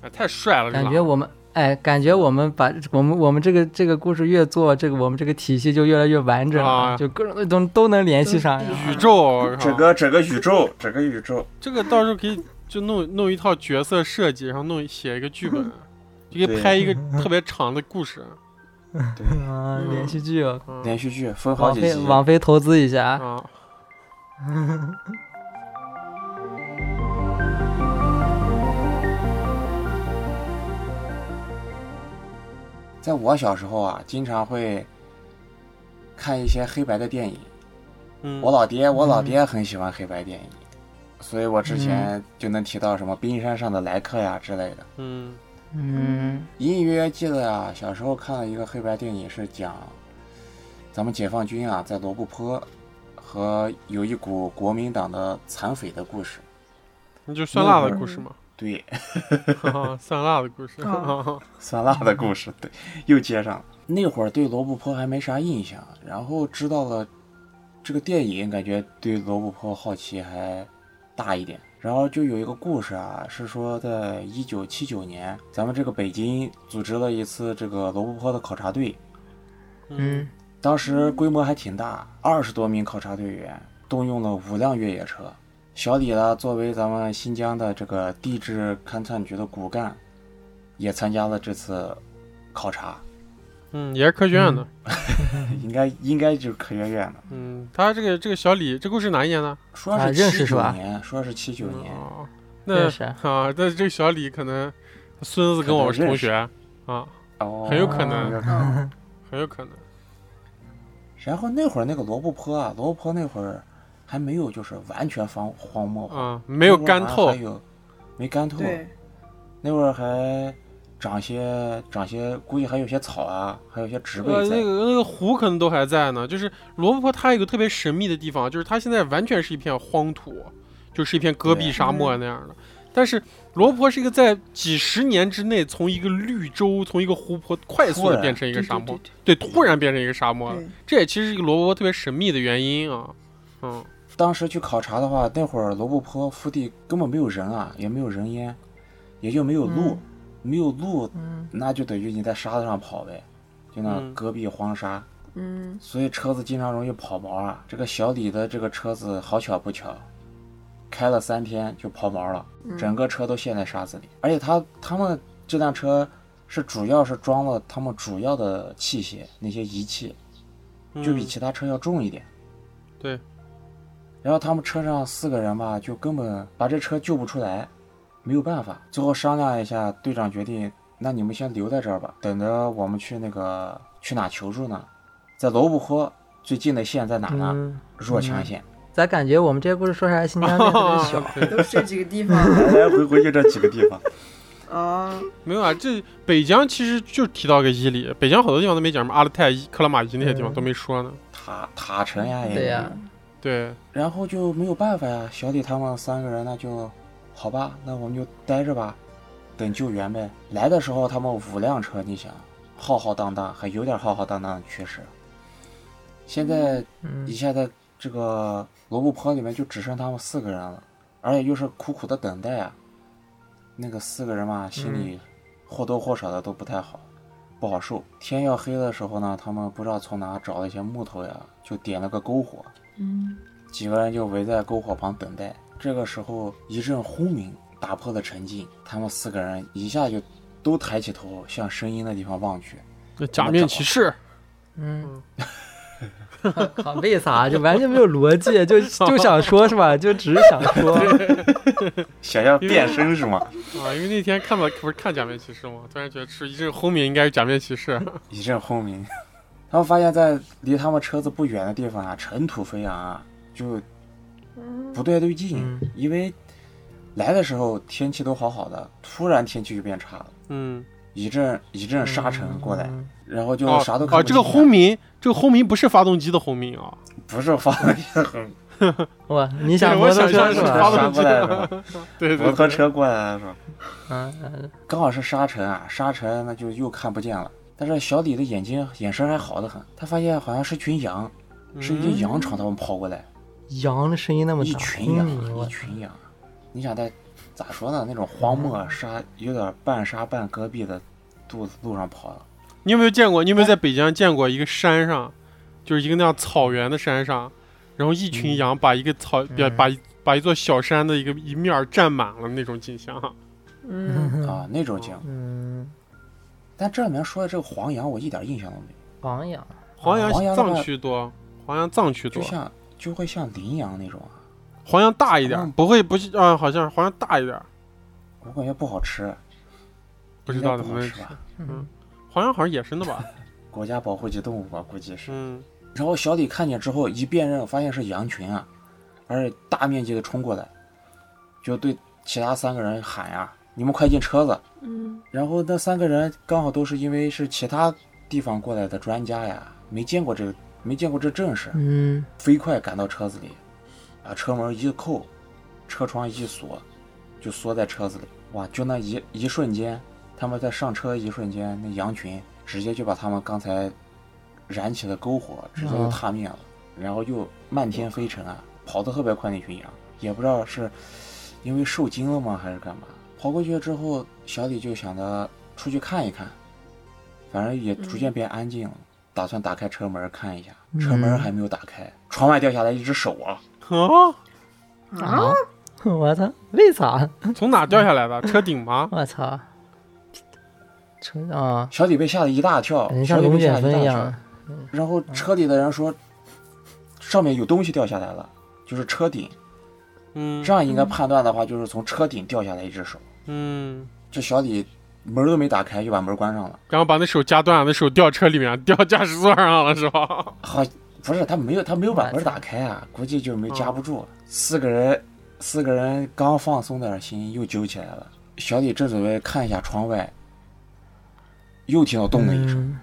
[SPEAKER 1] 哎，太帅了！这
[SPEAKER 2] 感
[SPEAKER 1] 喇
[SPEAKER 2] 觉
[SPEAKER 1] 嘛
[SPEAKER 2] 我们哎，感觉我们把我们我们这个这个故事越做，这个我们这个体系就越来越完整了，
[SPEAKER 1] 啊
[SPEAKER 2] 就各种东西都能联系上呀。
[SPEAKER 1] 宇宙，我靠
[SPEAKER 4] 整个整个宇宙，整个宇宙，
[SPEAKER 1] 这个到时候可以就弄弄一套角色设计，然后弄写一个 剧本，就可以
[SPEAKER 4] 对
[SPEAKER 1] 拍一个特别长的故事
[SPEAKER 4] 对，
[SPEAKER 2] 啊，
[SPEAKER 1] 嗯
[SPEAKER 2] 连续剧哦，
[SPEAKER 1] 啊
[SPEAKER 4] 连续剧分好
[SPEAKER 2] 网
[SPEAKER 4] 几
[SPEAKER 2] 飞
[SPEAKER 4] 集。
[SPEAKER 2] 网飞投资一下。
[SPEAKER 1] 啊。
[SPEAKER 4] 在我小时候啊，经常会看一些黑白的电影，
[SPEAKER 1] 嗯，
[SPEAKER 4] 我老爹，我老爹很喜欢黑白电影，所以我之
[SPEAKER 2] 嗯
[SPEAKER 4] 前就能提到什么《冰山上的来客》呀之类的。
[SPEAKER 1] 嗯
[SPEAKER 2] 嗯
[SPEAKER 4] 隐隐约约记得啊，小时候看了一个黑白电影，是讲咱们解放军啊在罗布泊和有一股国民党的残匪的故事。
[SPEAKER 1] 那就酸辣的故事嘛，
[SPEAKER 4] 对，
[SPEAKER 1] 哈哈，酸辣的故事，
[SPEAKER 2] 嗯
[SPEAKER 3] 哦
[SPEAKER 4] 酸辣的故事，对，又接上了。那会儿对罗布泊还没啥印象，然后知道了这个电影，感觉对罗布泊好奇还大一点。然后就有一个故事啊，是说在一九七九年，咱们这个北京组织了一次这个罗布泊的考察队，
[SPEAKER 2] 嗯
[SPEAKER 4] 当时规模还挺大，二十多名考察队员，动用了五辆越野车。小李呢，作为咱们新疆的这个地质勘探局的骨干，也参加了这次考 察，
[SPEAKER 1] 嗯，也是科学院的，
[SPEAKER 4] 应该应该就是科学院的。
[SPEAKER 1] 嗯，他这个这个小李，这故事哪一年呢？
[SPEAKER 4] 说
[SPEAKER 2] 啊
[SPEAKER 4] 是
[SPEAKER 2] 认识
[SPEAKER 4] 七
[SPEAKER 2] 是
[SPEAKER 4] 九
[SPEAKER 2] 吧
[SPEAKER 4] 年，说是七九年，
[SPEAKER 1] 哦，那
[SPEAKER 2] 认 识
[SPEAKER 1] 啊，那这个小李可能孙子跟我是同学啊，
[SPEAKER 4] 哦，
[SPEAKER 1] 很有可能
[SPEAKER 4] 很有可
[SPEAKER 3] 嗯
[SPEAKER 1] 很有可能。
[SPEAKER 4] 然后那会儿那个罗布泊啊，罗布泊那会儿还没有就是完全荒荒漠化，
[SPEAKER 1] 啊，没有
[SPEAKER 4] 那会儿
[SPEAKER 1] 干
[SPEAKER 4] 还
[SPEAKER 1] 透
[SPEAKER 4] 还，有没干透，
[SPEAKER 3] 对，
[SPEAKER 4] 那会儿还长些长些，估计还有些草啊，还有些植被
[SPEAKER 1] 呃，
[SPEAKER 4] 在。
[SPEAKER 1] 那个那个湖可能都还在呢。就是罗布泊，它有个特别神秘的地方，就是它现在完全是一片荒土，就是一片戈壁
[SPEAKER 4] 对
[SPEAKER 1] 沙漠那样的。但是罗布泊是一个在几十年之内从一个绿洲，从一个湖泊快速
[SPEAKER 4] 突
[SPEAKER 1] 的
[SPEAKER 4] 然
[SPEAKER 1] 变成一个
[SPEAKER 3] 对
[SPEAKER 1] 沙
[SPEAKER 3] 对
[SPEAKER 1] 漠对，
[SPEAKER 3] 对，
[SPEAKER 1] 突然变成一个沙漠了。
[SPEAKER 3] 对，
[SPEAKER 1] 这也其实是一个罗布泊特别神秘的原因啊。嗯，
[SPEAKER 4] 当时去考察的话，那会儿罗布泊腹地根本没有人啊，也没有人烟，也就没有
[SPEAKER 1] 嗯
[SPEAKER 4] 路，没有路，
[SPEAKER 2] 嗯
[SPEAKER 4] 那就等于你在沙子上跑呗，就那
[SPEAKER 1] 嗯
[SPEAKER 4] 戈壁荒沙，
[SPEAKER 3] 嗯
[SPEAKER 4] 所以车子经常容易跑毛啊。这个小李的这个车子好巧不巧，开了三天就跑毛了，整个车都陷在沙子里。而且他他们这辆车是主要是装了他们主要的器械，那些仪器，
[SPEAKER 1] 嗯
[SPEAKER 4] 就比其他车要重一点。
[SPEAKER 1] 对。
[SPEAKER 4] 然后他们车上四个人吧，就根本把这车救不出来，没有办法。最后商量一下，队长决定，那你们先留在这儿吧，等着我们去那个去哪求助呢？在罗布泊最近的县在哪呢？
[SPEAKER 2] 嗯，
[SPEAKER 4] 若羌县。
[SPEAKER 2] 咱感觉我们这个故事说出来，新疆变特别 小。
[SPEAKER 1] 对
[SPEAKER 3] 都是这几个地方
[SPEAKER 4] 来来嗯哎回回就这几个地方。
[SPEAKER 3] 哦，
[SPEAKER 1] 没有啊，这北疆其实就提到个伊犁，北疆好多地方都没讲，什么阿勒泰、伊克拉玛依那些地方
[SPEAKER 2] 嗯
[SPEAKER 1] 都没说呢。
[SPEAKER 4] 塔塔城呀也。
[SPEAKER 2] 对呀、
[SPEAKER 1] 对，
[SPEAKER 4] 然后就没有办法呀，小李他们三个人那就，好吧，那我们就待着吧，等救援呗。来的时候他们五辆车，你想，浩浩荡荡，还有点浩浩荡荡的趋势。现在
[SPEAKER 2] 嗯
[SPEAKER 4] 一下在这个罗布泊里面就只剩他们四个人了，而且又是苦苦的等待啊。那个四个人嘛，心里或多或少的都不太好，不好受。天要黑的时候呢，他们不知道从哪找了一些木头呀，就点了个篝火，
[SPEAKER 3] 嗯
[SPEAKER 4] 几个人就围在篝火旁等待。这个时候，一阵轰鸣打破了沉静，他们四个人一下就都抬起头向声音的地方望去。
[SPEAKER 1] 那假面骑士，
[SPEAKER 2] 嗯，靠，为啥就完全没有逻辑？就就想说是 吧？就只是想说，
[SPEAKER 4] 想要
[SPEAKER 1] 变
[SPEAKER 4] 身 是吗？
[SPEAKER 1] 啊，因为那天看到不是看假面骑士吗？突然觉得是一阵轰鸣，应该是假面骑 士。
[SPEAKER 4] 一阵轰鸣，他们发现，在离他们车子不远的地方啊，尘土飞扬啊，就不太对劲。
[SPEAKER 2] 嗯
[SPEAKER 4] 因为来的时候天气都好好的，突然天气就变差了，
[SPEAKER 1] 嗯，
[SPEAKER 4] 一阵一阵沙尘过来，
[SPEAKER 2] 嗯
[SPEAKER 4] 然后就
[SPEAKER 1] 哦
[SPEAKER 4] 啥都看
[SPEAKER 1] 哦，
[SPEAKER 4] 不
[SPEAKER 1] 这个
[SPEAKER 4] 清啊了
[SPEAKER 1] 轰鸣，这个轰鸣不是发动机的轰鸣啊，
[SPEAKER 4] 不是发动机的轰鸣，
[SPEAKER 2] 哇，你想
[SPEAKER 1] 对
[SPEAKER 2] 摩
[SPEAKER 1] 我
[SPEAKER 2] 托
[SPEAKER 1] 想象 是
[SPEAKER 2] 车
[SPEAKER 1] 啊
[SPEAKER 2] 是
[SPEAKER 1] 发
[SPEAKER 2] 吧？
[SPEAKER 1] 动机
[SPEAKER 4] 啥过来
[SPEAKER 1] 的，对对
[SPEAKER 4] 摩托
[SPEAKER 1] 对，
[SPEAKER 4] 车过来了是吧？
[SPEAKER 2] 嗯嗯
[SPEAKER 4] 刚好是沙尘啊，沙尘那就又看不见了。但是小李的眼睛眼神还好得很，他发现好像是群羊，
[SPEAKER 1] 嗯
[SPEAKER 4] 是一群羊朝他们跑过来，
[SPEAKER 2] 羊的声音那嗯么
[SPEAKER 4] 一
[SPEAKER 2] 大，
[SPEAKER 4] 群羊，
[SPEAKER 2] 嗯
[SPEAKER 4] 一
[SPEAKER 2] 我
[SPEAKER 4] 群羊。你想在咋说呢？那种荒漠沙有点半沙半戈壁的路路上跑了，
[SPEAKER 1] 你有没有见过？你有
[SPEAKER 4] 哎
[SPEAKER 1] 没有在北疆见过一个山上，就是一个那样草原的山上，然后一群
[SPEAKER 4] 嗯
[SPEAKER 1] 羊把一个草，把
[SPEAKER 2] 嗯
[SPEAKER 1] 把一把一座小山的一个一面儿占满了那种景
[SPEAKER 4] 哦
[SPEAKER 1] 象？
[SPEAKER 3] 嗯，
[SPEAKER 4] 啊，那种景。
[SPEAKER 2] 嗯，
[SPEAKER 4] 但这里面说的这个黄羊，我一点印象都没有，
[SPEAKER 2] 黄羊，
[SPEAKER 1] 黄
[SPEAKER 4] 黄
[SPEAKER 1] 羊
[SPEAKER 4] 羊的
[SPEAKER 1] 藏
[SPEAKER 4] 话
[SPEAKER 1] 区多，黄羊藏区
[SPEAKER 2] 嗯
[SPEAKER 4] 就
[SPEAKER 1] 多，
[SPEAKER 4] 像就会像羚羊那种啊，
[SPEAKER 1] 黄羊大一点儿
[SPEAKER 4] 嗯，
[SPEAKER 1] 不会不是啊，好像是黄羊大一点儿，
[SPEAKER 4] 我感觉不好吃，
[SPEAKER 1] 不知道
[SPEAKER 4] 应该
[SPEAKER 1] 能不
[SPEAKER 4] 不好
[SPEAKER 1] 能
[SPEAKER 2] 嗯
[SPEAKER 4] 吃
[SPEAKER 1] 吃。
[SPEAKER 4] 吧？
[SPEAKER 1] 黄羊好像是野生的吧？
[SPEAKER 4] 国家保护级动物吧，估计是。
[SPEAKER 1] 嗯，
[SPEAKER 4] 然后小李看见之后一辨认，发现是羊群啊，而且大面积的冲过来，就对其他三个人喊呀、你们快进车子！”
[SPEAKER 3] 嗯
[SPEAKER 4] 然后那三个人刚好都是因为是其他地方过来的专家呀，没见过这个，没见过这阵势，
[SPEAKER 5] 嗯，
[SPEAKER 4] 飞快赶到车子里，把车门一扣，车窗一锁，就缩在车子里。哇，就那一一瞬间，他们在上车一瞬间，那羊群直接就把他们刚才燃起的篝火直接就
[SPEAKER 5] 啊
[SPEAKER 4] 踏灭了，然后又漫天飞尘啊，跑得特别快那群羊，也不知道是因为受惊了吗还是干嘛。跑过去之后，小李就想着出去看一看，反正也逐渐变安静了，打算打开车门看一下。
[SPEAKER 5] 嗯
[SPEAKER 4] 车门还没有打开，窗外掉下来一只手啊！
[SPEAKER 1] 啊，
[SPEAKER 5] 啊， 我操，为啥？
[SPEAKER 1] 从哪掉下来的？车顶吗？
[SPEAKER 5] 我操，车啊，
[SPEAKER 4] 小李被吓了一大跳，
[SPEAKER 5] 人
[SPEAKER 4] 小
[SPEAKER 5] 像
[SPEAKER 4] 李
[SPEAKER 5] 龙
[SPEAKER 4] 被吓了
[SPEAKER 5] 卷风
[SPEAKER 4] 一大
[SPEAKER 5] 一
[SPEAKER 4] 跳
[SPEAKER 5] 样。。
[SPEAKER 4] 然后车里的人说，上面有东西掉下来了，就是车顶。
[SPEAKER 1] 嗯
[SPEAKER 4] 这样应该判断的话，就是从车顶掉下来一只手。
[SPEAKER 1] 嗯，
[SPEAKER 4] 这小李门都没打开就把门关上了。
[SPEAKER 1] 然后把那手夹断了，那手掉车里面，掉驾驶座上了是吧？
[SPEAKER 4] 好，不是他没有，他没有把
[SPEAKER 5] 我
[SPEAKER 4] 门
[SPEAKER 5] 操
[SPEAKER 4] 打开
[SPEAKER 5] 哦
[SPEAKER 4] 啊，估计就没夹不住。四个人，四个人刚放松点心，又揪起来了。小李正准备看一下窗外，又听到咚的一声。
[SPEAKER 5] 嗯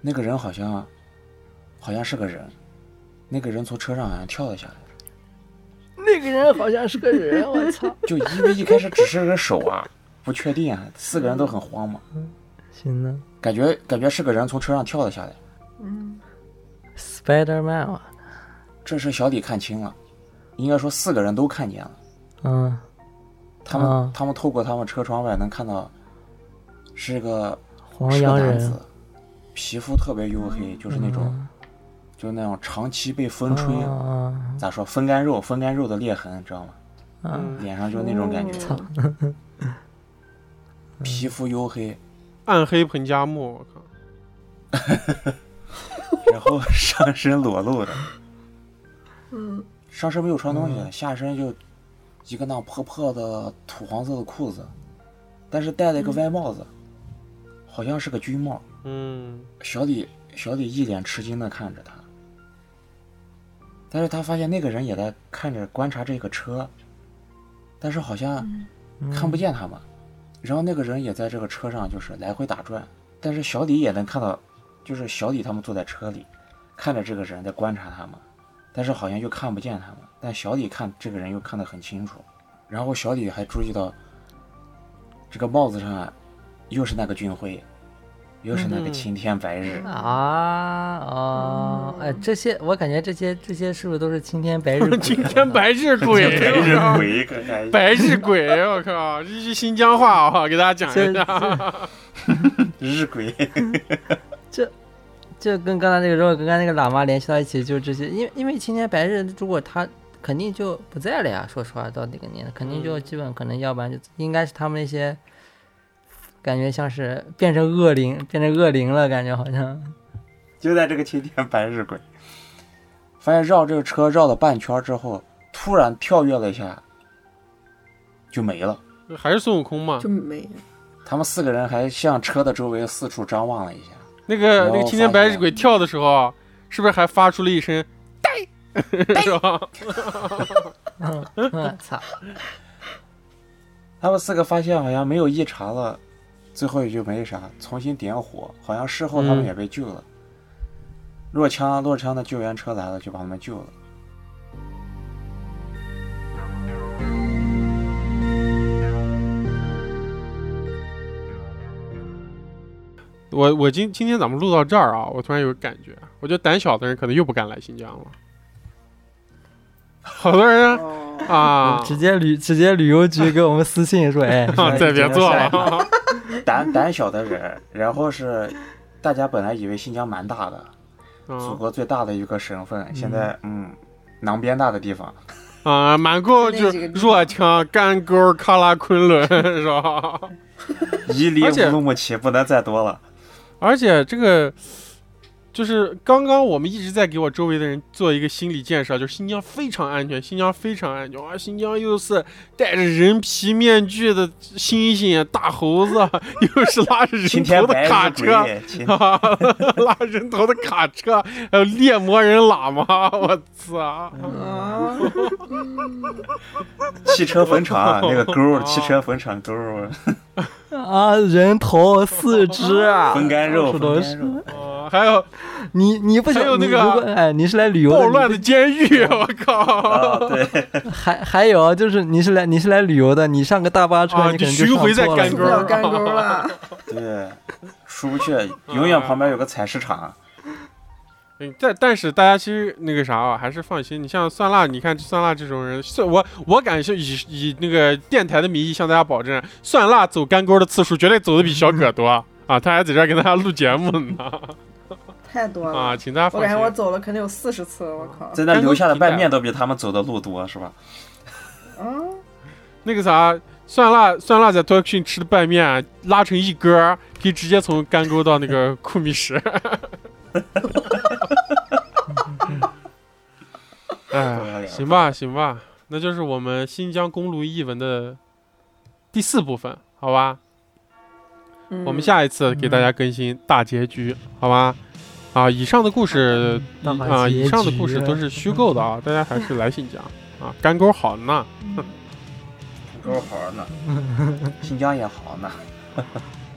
[SPEAKER 4] 那个人好像，好像是个人，那个人从车上好像跳了下来，
[SPEAKER 5] 那个人好像是个人，我 操！
[SPEAKER 4] 就因为一开始只是个手啊，不确定啊，四个人都很慌嘛，
[SPEAKER 5] 行呢
[SPEAKER 4] 感觉感觉是个人从车上跳了下来。
[SPEAKER 3] 嗯，
[SPEAKER 5] ，Spider Man 啊，
[SPEAKER 4] 这时小李看清了，应该说四个人都看见了，
[SPEAKER 5] 嗯
[SPEAKER 4] 他们、
[SPEAKER 5] 啊
[SPEAKER 4] 他们透过他们车窗外能看到，是个
[SPEAKER 5] 黄
[SPEAKER 4] 是
[SPEAKER 5] 洋
[SPEAKER 4] 个男
[SPEAKER 5] 人嗯
[SPEAKER 4] 子，，皮肤特别黝黑，就是那种、就是那种长期被风吹，
[SPEAKER 5] 啊
[SPEAKER 4] 咋说风干肉风干肉的裂痕，知道吗？
[SPEAKER 5] 啊啊！
[SPEAKER 1] 嗯，
[SPEAKER 4] 脸上就是那种感觉。
[SPEAKER 3] 哦
[SPEAKER 4] 皮肤黝黑，
[SPEAKER 1] 暗黑彭加木，我靠，
[SPEAKER 4] 然后 上身裸露的，
[SPEAKER 3] 嗯
[SPEAKER 4] 上身没有穿东西，下身就一个那破破的土黄色的裤子，但是戴了一个歪帽子，好像是个军帽。
[SPEAKER 1] 嗯
[SPEAKER 4] 小李小李一脸吃惊的看着他，但是他发现那个人也在看着观察这个车，但是好像
[SPEAKER 5] 嗯
[SPEAKER 4] 看不见他们。然后那个人也在这个车上就是来回打转，但是小李也能看到，就是小李他们坐在车里，看着这个人在观察他们，但是好像又看不见他们。但小李看这个人又看得很清楚，然后小李还注意到，这个帽子上啊又是那个军徽，又是那个
[SPEAKER 1] 嗯？
[SPEAKER 4] 青天白日。
[SPEAKER 5] 啊哦，哎，这些我感觉这些这些是不是都是青天 白日啊
[SPEAKER 1] 青天白日鬼，我靠
[SPEAKER 4] 鬼可 还
[SPEAKER 1] 白日鬼，我靠，这是新疆话，我靠，给大家讲
[SPEAKER 5] 这
[SPEAKER 1] 一下。
[SPEAKER 4] 日鬼，
[SPEAKER 5] 就跟刚才那个，如果跟刚才那个喇嘛联系到一起，就这些，因为因为青天白日，如果他肯定就不在了呀。说实话，到那个年代，肯定就基本可能，要不然就应该是他们那些，感觉像是变成恶灵，变成恶灵了，感觉好像。
[SPEAKER 4] 就在这个青天白日鬼。发现绕这个车绕了半圈之后，突然跳跃了一下，就没了。
[SPEAKER 1] 还是孙悟空嘛
[SPEAKER 3] 就？没
[SPEAKER 4] 他们四个人还向车的周围四处张望了一下，
[SPEAKER 1] 那个那
[SPEAKER 4] 然
[SPEAKER 1] 个
[SPEAKER 4] 后
[SPEAKER 1] 青天
[SPEAKER 4] 发
[SPEAKER 1] 白日
[SPEAKER 4] 现
[SPEAKER 1] 鬼跳的时候啊，是不是还发出了一声“呆”？ 是吧？
[SPEAKER 5] 嗯，我操！
[SPEAKER 4] 他们四个发现好像没有异常了，最后也就没啥，重新点火。好像事后他们
[SPEAKER 1] 嗯
[SPEAKER 4] 也被救了。落枪落枪的救援车来了，就把他们救了。
[SPEAKER 1] 我我今今天咱们录到这儿啊，我突然有个感觉，我觉得胆小的人可能又不敢来新疆了。好多人
[SPEAKER 3] 哦，
[SPEAKER 1] 啊，
[SPEAKER 5] 直接旅直接旅游局给我们私信说，哎，
[SPEAKER 1] 啊再别做了。
[SPEAKER 4] 胆胆小的人，然后是大家本来以为新疆蛮大的，祖
[SPEAKER 1] 啊
[SPEAKER 4] 国最大的一个省份，现在嗯，囊边大的地方，
[SPEAKER 1] 啊，满够就
[SPEAKER 3] 就那几个地方
[SPEAKER 1] 若羌、干沟、喀拉昆仑，是吧？
[SPEAKER 4] 伊犁
[SPEAKER 1] 而且
[SPEAKER 4] 乌鲁木齐不能再多了。
[SPEAKER 1] 而且这个就是刚刚我们一直在给我周围的人做一个心理建设，就是新疆非常安全，新疆非常安全啊！新疆又是戴着人皮面具的猩猩、啊大猴子， 又是拉着
[SPEAKER 4] 青
[SPEAKER 1] 人
[SPEAKER 4] 天
[SPEAKER 1] 头的
[SPEAKER 4] 白
[SPEAKER 1] 卡
[SPEAKER 4] 日
[SPEAKER 1] 车，
[SPEAKER 4] 鬼，青
[SPEAKER 1] 哈哈， 拉人头的卡车，还有猎魔人喇嘛，我操！
[SPEAKER 3] 啊，
[SPEAKER 4] 汽车坟场
[SPEAKER 1] 哦
[SPEAKER 4] 啊那个沟儿，汽车坟场沟儿，
[SPEAKER 5] 啊，人头四肢啊，
[SPEAKER 4] 风干肉，
[SPEAKER 5] 到处
[SPEAKER 4] 风
[SPEAKER 5] 都
[SPEAKER 4] 干
[SPEAKER 5] 是。
[SPEAKER 4] 肉，
[SPEAKER 1] 哦，还有
[SPEAKER 5] 你你不想
[SPEAKER 1] 还有那
[SPEAKER 5] 你
[SPEAKER 1] 个
[SPEAKER 5] 如果哎，你是来旅游的，
[SPEAKER 1] 暴
[SPEAKER 5] 你
[SPEAKER 1] 乱的监狱，我 靠！
[SPEAKER 4] 啊，对，
[SPEAKER 5] 还还有啊就是你是来你是来旅游的，你上个大巴车，
[SPEAKER 1] 啊
[SPEAKER 5] 你可能
[SPEAKER 1] 你
[SPEAKER 5] 就
[SPEAKER 1] 巡回在
[SPEAKER 5] 上错了
[SPEAKER 1] 干
[SPEAKER 3] 出
[SPEAKER 1] 沟
[SPEAKER 3] 不
[SPEAKER 1] 儿
[SPEAKER 3] 了干沟了。
[SPEAKER 4] 对，出不去，永远旁边有个菜市场。
[SPEAKER 1] 嗯，但但是大家其实那个啥啊，还是放心。你像蒜辣，你看蒜辣这种人，蒜我我敢是以以那个电台的名义向大家保证，蒜辣走干沟的次数绝对走的比小葛多啊！他还在这儿给大家录节目呢
[SPEAKER 3] 太多了。
[SPEAKER 1] 啊，请大家
[SPEAKER 3] 嗯我
[SPEAKER 1] 放
[SPEAKER 3] 感觉我
[SPEAKER 1] 心。
[SPEAKER 3] 走了可能有四十次，我靠！
[SPEAKER 4] 在那留下的拌面都比他们走的路多，是吧？
[SPEAKER 3] 嗯，
[SPEAKER 1] 那个啥，蒜辣蒜辣在多克逊吃的拌面拉成一根儿，可以直接从干沟到那个库米什。 哎。行吧，行吧，那就是我们新疆公路译文的第四部分，好吧？我
[SPEAKER 5] 嗯
[SPEAKER 1] 们下一次给大家更新大结局，好吧？啊，以上的故事
[SPEAKER 5] 大
[SPEAKER 1] 以
[SPEAKER 5] 结
[SPEAKER 1] 啊，以上的故
[SPEAKER 5] 局
[SPEAKER 1] 事都是虚构的啊，大家还是来信 讲啊。干沟好呢，
[SPEAKER 4] 沟好呢， 新疆也好呢。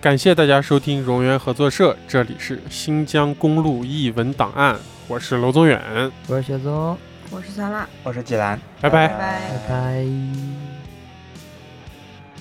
[SPEAKER 1] 感谢大家收听荣源合作社，这里是新疆公路译文档案，我是娄宗远，
[SPEAKER 5] 我是雪宗，
[SPEAKER 3] 嗯我是酸辣。
[SPEAKER 4] 我是季兰，
[SPEAKER 1] 拜拜。
[SPEAKER 3] 拜
[SPEAKER 5] 拜拜。